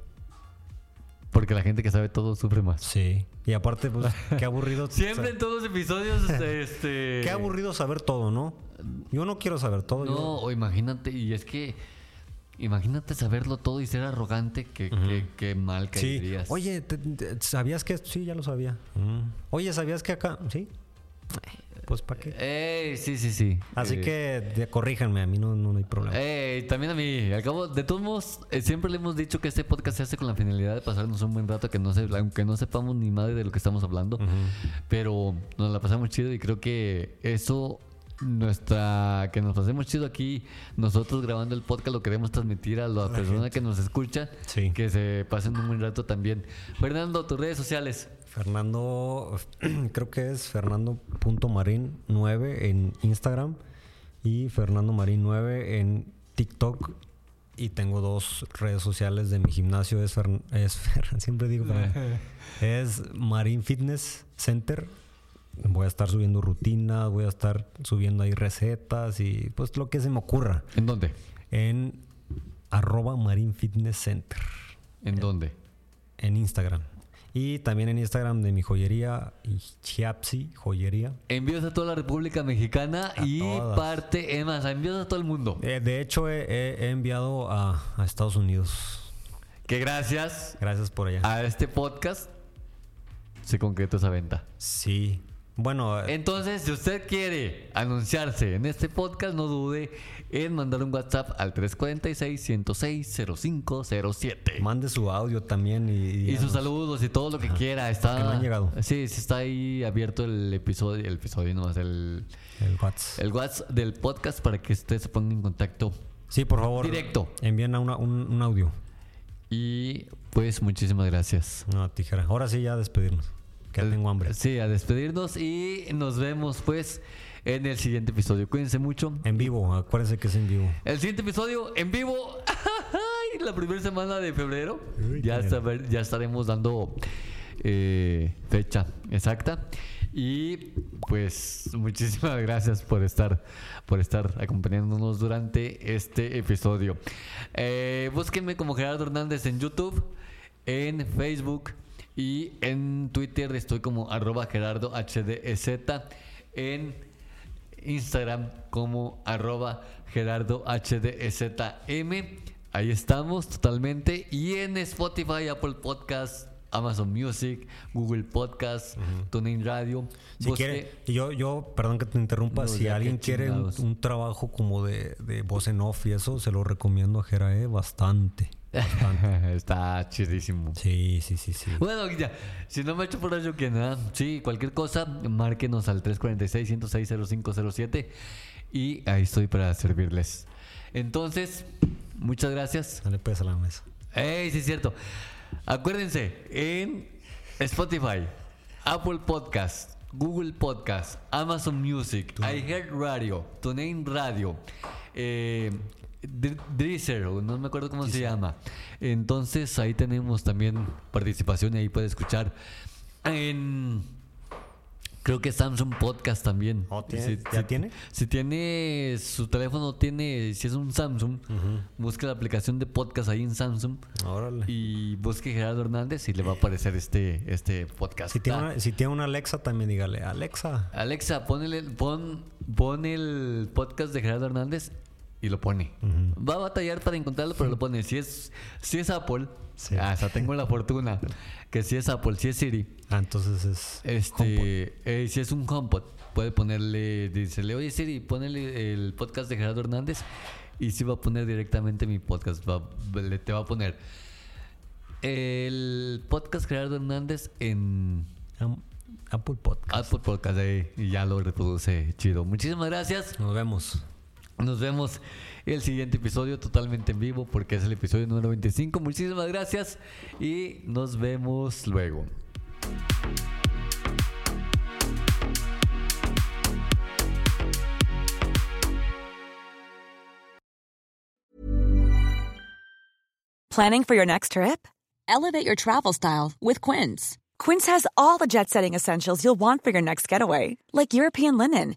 [SPEAKER 2] Porque la gente que sabe todo sufre más.
[SPEAKER 3] Sí. Y aparte, pues, qué aburrido.
[SPEAKER 2] Siempre en todos los episodios, este.
[SPEAKER 3] Qué aburrido saber todo, ¿no? Yo no quiero saber todo. yo-
[SPEAKER 2] No, o imagínate, y es que imagínate saberlo todo y ser arrogante, que, que- que mal
[SPEAKER 3] Sí.
[SPEAKER 2] caerías.
[SPEAKER 3] Oye, te- te- ¿sabías que esto? Sí, ya lo sabía. Oye, ¿sabías que acá? Sí. Pues para qué.
[SPEAKER 2] Ey, sí, sí, sí.
[SPEAKER 3] Así
[SPEAKER 2] Eh,
[SPEAKER 3] que de- corríjanme, a mí no, no, no hay problema.
[SPEAKER 2] ey, Eh, también a mí, al cabo, de todos modos, eh, siempre le hemos dicho que este podcast se hace con la finalidad de pasarnos un buen rato, que no se, aunque no sepamos ni madre de lo que estamos hablando, pero nos la pasamos chido y creo que eso, nuestra, que nos pasemos chido aquí, nosotros grabando el podcast lo queremos transmitir a la, persona que nos escucha,
[SPEAKER 3] Sí.
[SPEAKER 2] que se pasen un buen rato también. Fernando, tus redes sociales.
[SPEAKER 3] Fernando, creo que es Fernando.marín9 en Instagram y Fernando Marín 9 en TikTok. Y tengo dos redes sociales de mi gimnasio. Es, Fern- es Fer- siempre digo, Fernando. es Marín Fitness Center Voy a estar subiendo rutinas, voy a estar subiendo ahí recetas y pues lo que se me ocurra.
[SPEAKER 2] ¿En dónde?
[SPEAKER 3] En arroba Marine Fitness Center,
[SPEAKER 2] ¿En dónde?
[SPEAKER 3] en Instagram. Y también en Instagram de mi joyería, Chiapsi Joyería.
[SPEAKER 2] Envíos a toda la República Mexicana
[SPEAKER 3] A
[SPEAKER 2] y
[SPEAKER 3] todas.
[SPEAKER 2] parte, es más, envíos a todo el mundo.
[SPEAKER 3] Eh, de hecho, he, he- he enviado a, a Estados Unidos.
[SPEAKER 2] Que gracias
[SPEAKER 3] Gracias por allá.
[SPEAKER 2] a este podcast se concretó esa venta.
[SPEAKER 3] Sí. Bueno, eh,
[SPEAKER 2] Entonces, si usted quiere anunciarse en este podcast, no dude en mandar un WhatsApp al 346-106-0507.
[SPEAKER 3] mande su audio también y, y
[SPEAKER 2] Y
[SPEAKER 3] ya
[SPEAKER 2] sus
[SPEAKER 3] nos-
[SPEAKER 2] saludos y todo lo que quiera. Está,
[SPEAKER 3] que no han llegado.
[SPEAKER 2] Sí, sí está ahí abierto el episodio, el episodio nomás, el,
[SPEAKER 3] el WhatsApp.
[SPEAKER 2] el WhatsApp del podcast para que usted se ponga en contacto.
[SPEAKER 3] Sí, por favor.
[SPEAKER 2] Directo.
[SPEAKER 3] Envíen a una- un, un audio.
[SPEAKER 2] Y pues muchísimas gracias.
[SPEAKER 3] Una tijera. Ahora sí ya despedirnos. Que ya tengo hambre.
[SPEAKER 2] Sí, a despedirnos y nos vemos pues en el siguiente episodio. Cuídense mucho.
[SPEAKER 3] En vivo, acuérdense que es en vivo.
[SPEAKER 2] El siguiente episodio en vivo. Ay, La primera semana de febrero.
[SPEAKER 3] Uy,
[SPEAKER 2] Ya,
[SPEAKER 3] qué
[SPEAKER 2] está- ya estaremos dando eh, fecha exacta. Y pues muchísimas gracias por estar, por estar acompañándonos durante este episodio. Eh, búsquenme como Gerardo Hernández en YouTube, en Facebook y en Twitter estoy como arroba Gerardo HDZ. En Instagram como arroba Gerardo HDZM. Ahí estamos totalmente. Y en Spotify, Apple Podcast, Amazon Music, Google Podcast, TuneIn Radio.
[SPEAKER 3] Si
[SPEAKER 2] Busque-
[SPEAKER 3] quiere, y yo, yo, perdón que te interrumpa,
[SPEAKER 2] No,
[SPEAKER 3] si
[SPEAKER 2] ya,
[SPEAKER 3] alguien
[SPEAKER 2] qué
[SPEAKER 3] quiere un,
[SPEAKER 2] chingados.
[SPEAKER 3] un trabajo como de, de voz en off y eso, se lo recomiendo a Jerae bastante.
[SPEAKER 2] Está chidísimo.
[SPEAKER 3] Sí, sí, sí, sí.
[SPEAKER 2] Bueno, ya, si no me echo por eso, que nada. Sí, cualquier cosa, márquenos al 346-106-0507 y ahí estoy para servirles. Entonces, muchas gracias.
[SPEAKER 3] Dale pesa a la mesa.
[SPEAKER 2] Ey, sí es cierto. Acuérdense, en Spotify, Apple Podcast, Google Podcast, Amazon Music, iHeart Radio, TuneIn Radio, eh, Dr- Deezer, o no me acuerdo cómo se llama. Entonces ahí tenemos también participación y ahí puede escuchar en... Creo que Samsung Podcast también.
[SPEAKER 3] Oh, ¿tiene- ya tiene?
[SPEAKER 2] Si tiene su teléfono, tiene, si es un Samsung, busque la aplicación de podcast ahí en Samsung
[SPEAKER 3] Órale.
[SPEAKER 2] y busque Gerardo Hernández y le va a aparecer este, este podcast.
[SPEAKER 3] Si tiene,
[SPEAKER 2] Ah,
[SPEAKER 3] una, si tiene una Alexa, también dígale, Alexa.
[SPEAKER 2] Alexa, ponele, pon, pon el podcast de Gerardo Hernández y lo pone. Va a batallar para encontrarlo, pero lo pone. Si es, si es Apple,
[SPEAKER 3] Sí.
[SPEAKER 2] ah, hasta tengo la fortuna que si es Apple, si es Siri,
[SPEAKER 3] Ah, entonces es.
[SPEAKER 2] este, eh, si es un HomePod, puede ponerle, dicerle, oye Siri, ponele el podcast de Gerardo Hernández y si va a poner directamente mi podcast, va- le- te va a poner el podcast Gerardo Hernández en
[SPEAKER 3] Am- Apple Podcast.
[SPEAKER 2] Apple Podcast ahí, y ya lo reproduce chido. Muchísimas gracias.
[SPEAKER 3] Nos vemos.
[SPEAKER 2] Nos vemos el siguiente episodio totalmente en vivo porque es el episodio número 25. Muchísimas gracias y nos vemos luego.
[SPEAKER 5] Planning for your next trip? Elevate your travel style with Quince. Quince has all the jet setting essentials you'll want for your next getaway, like European linen,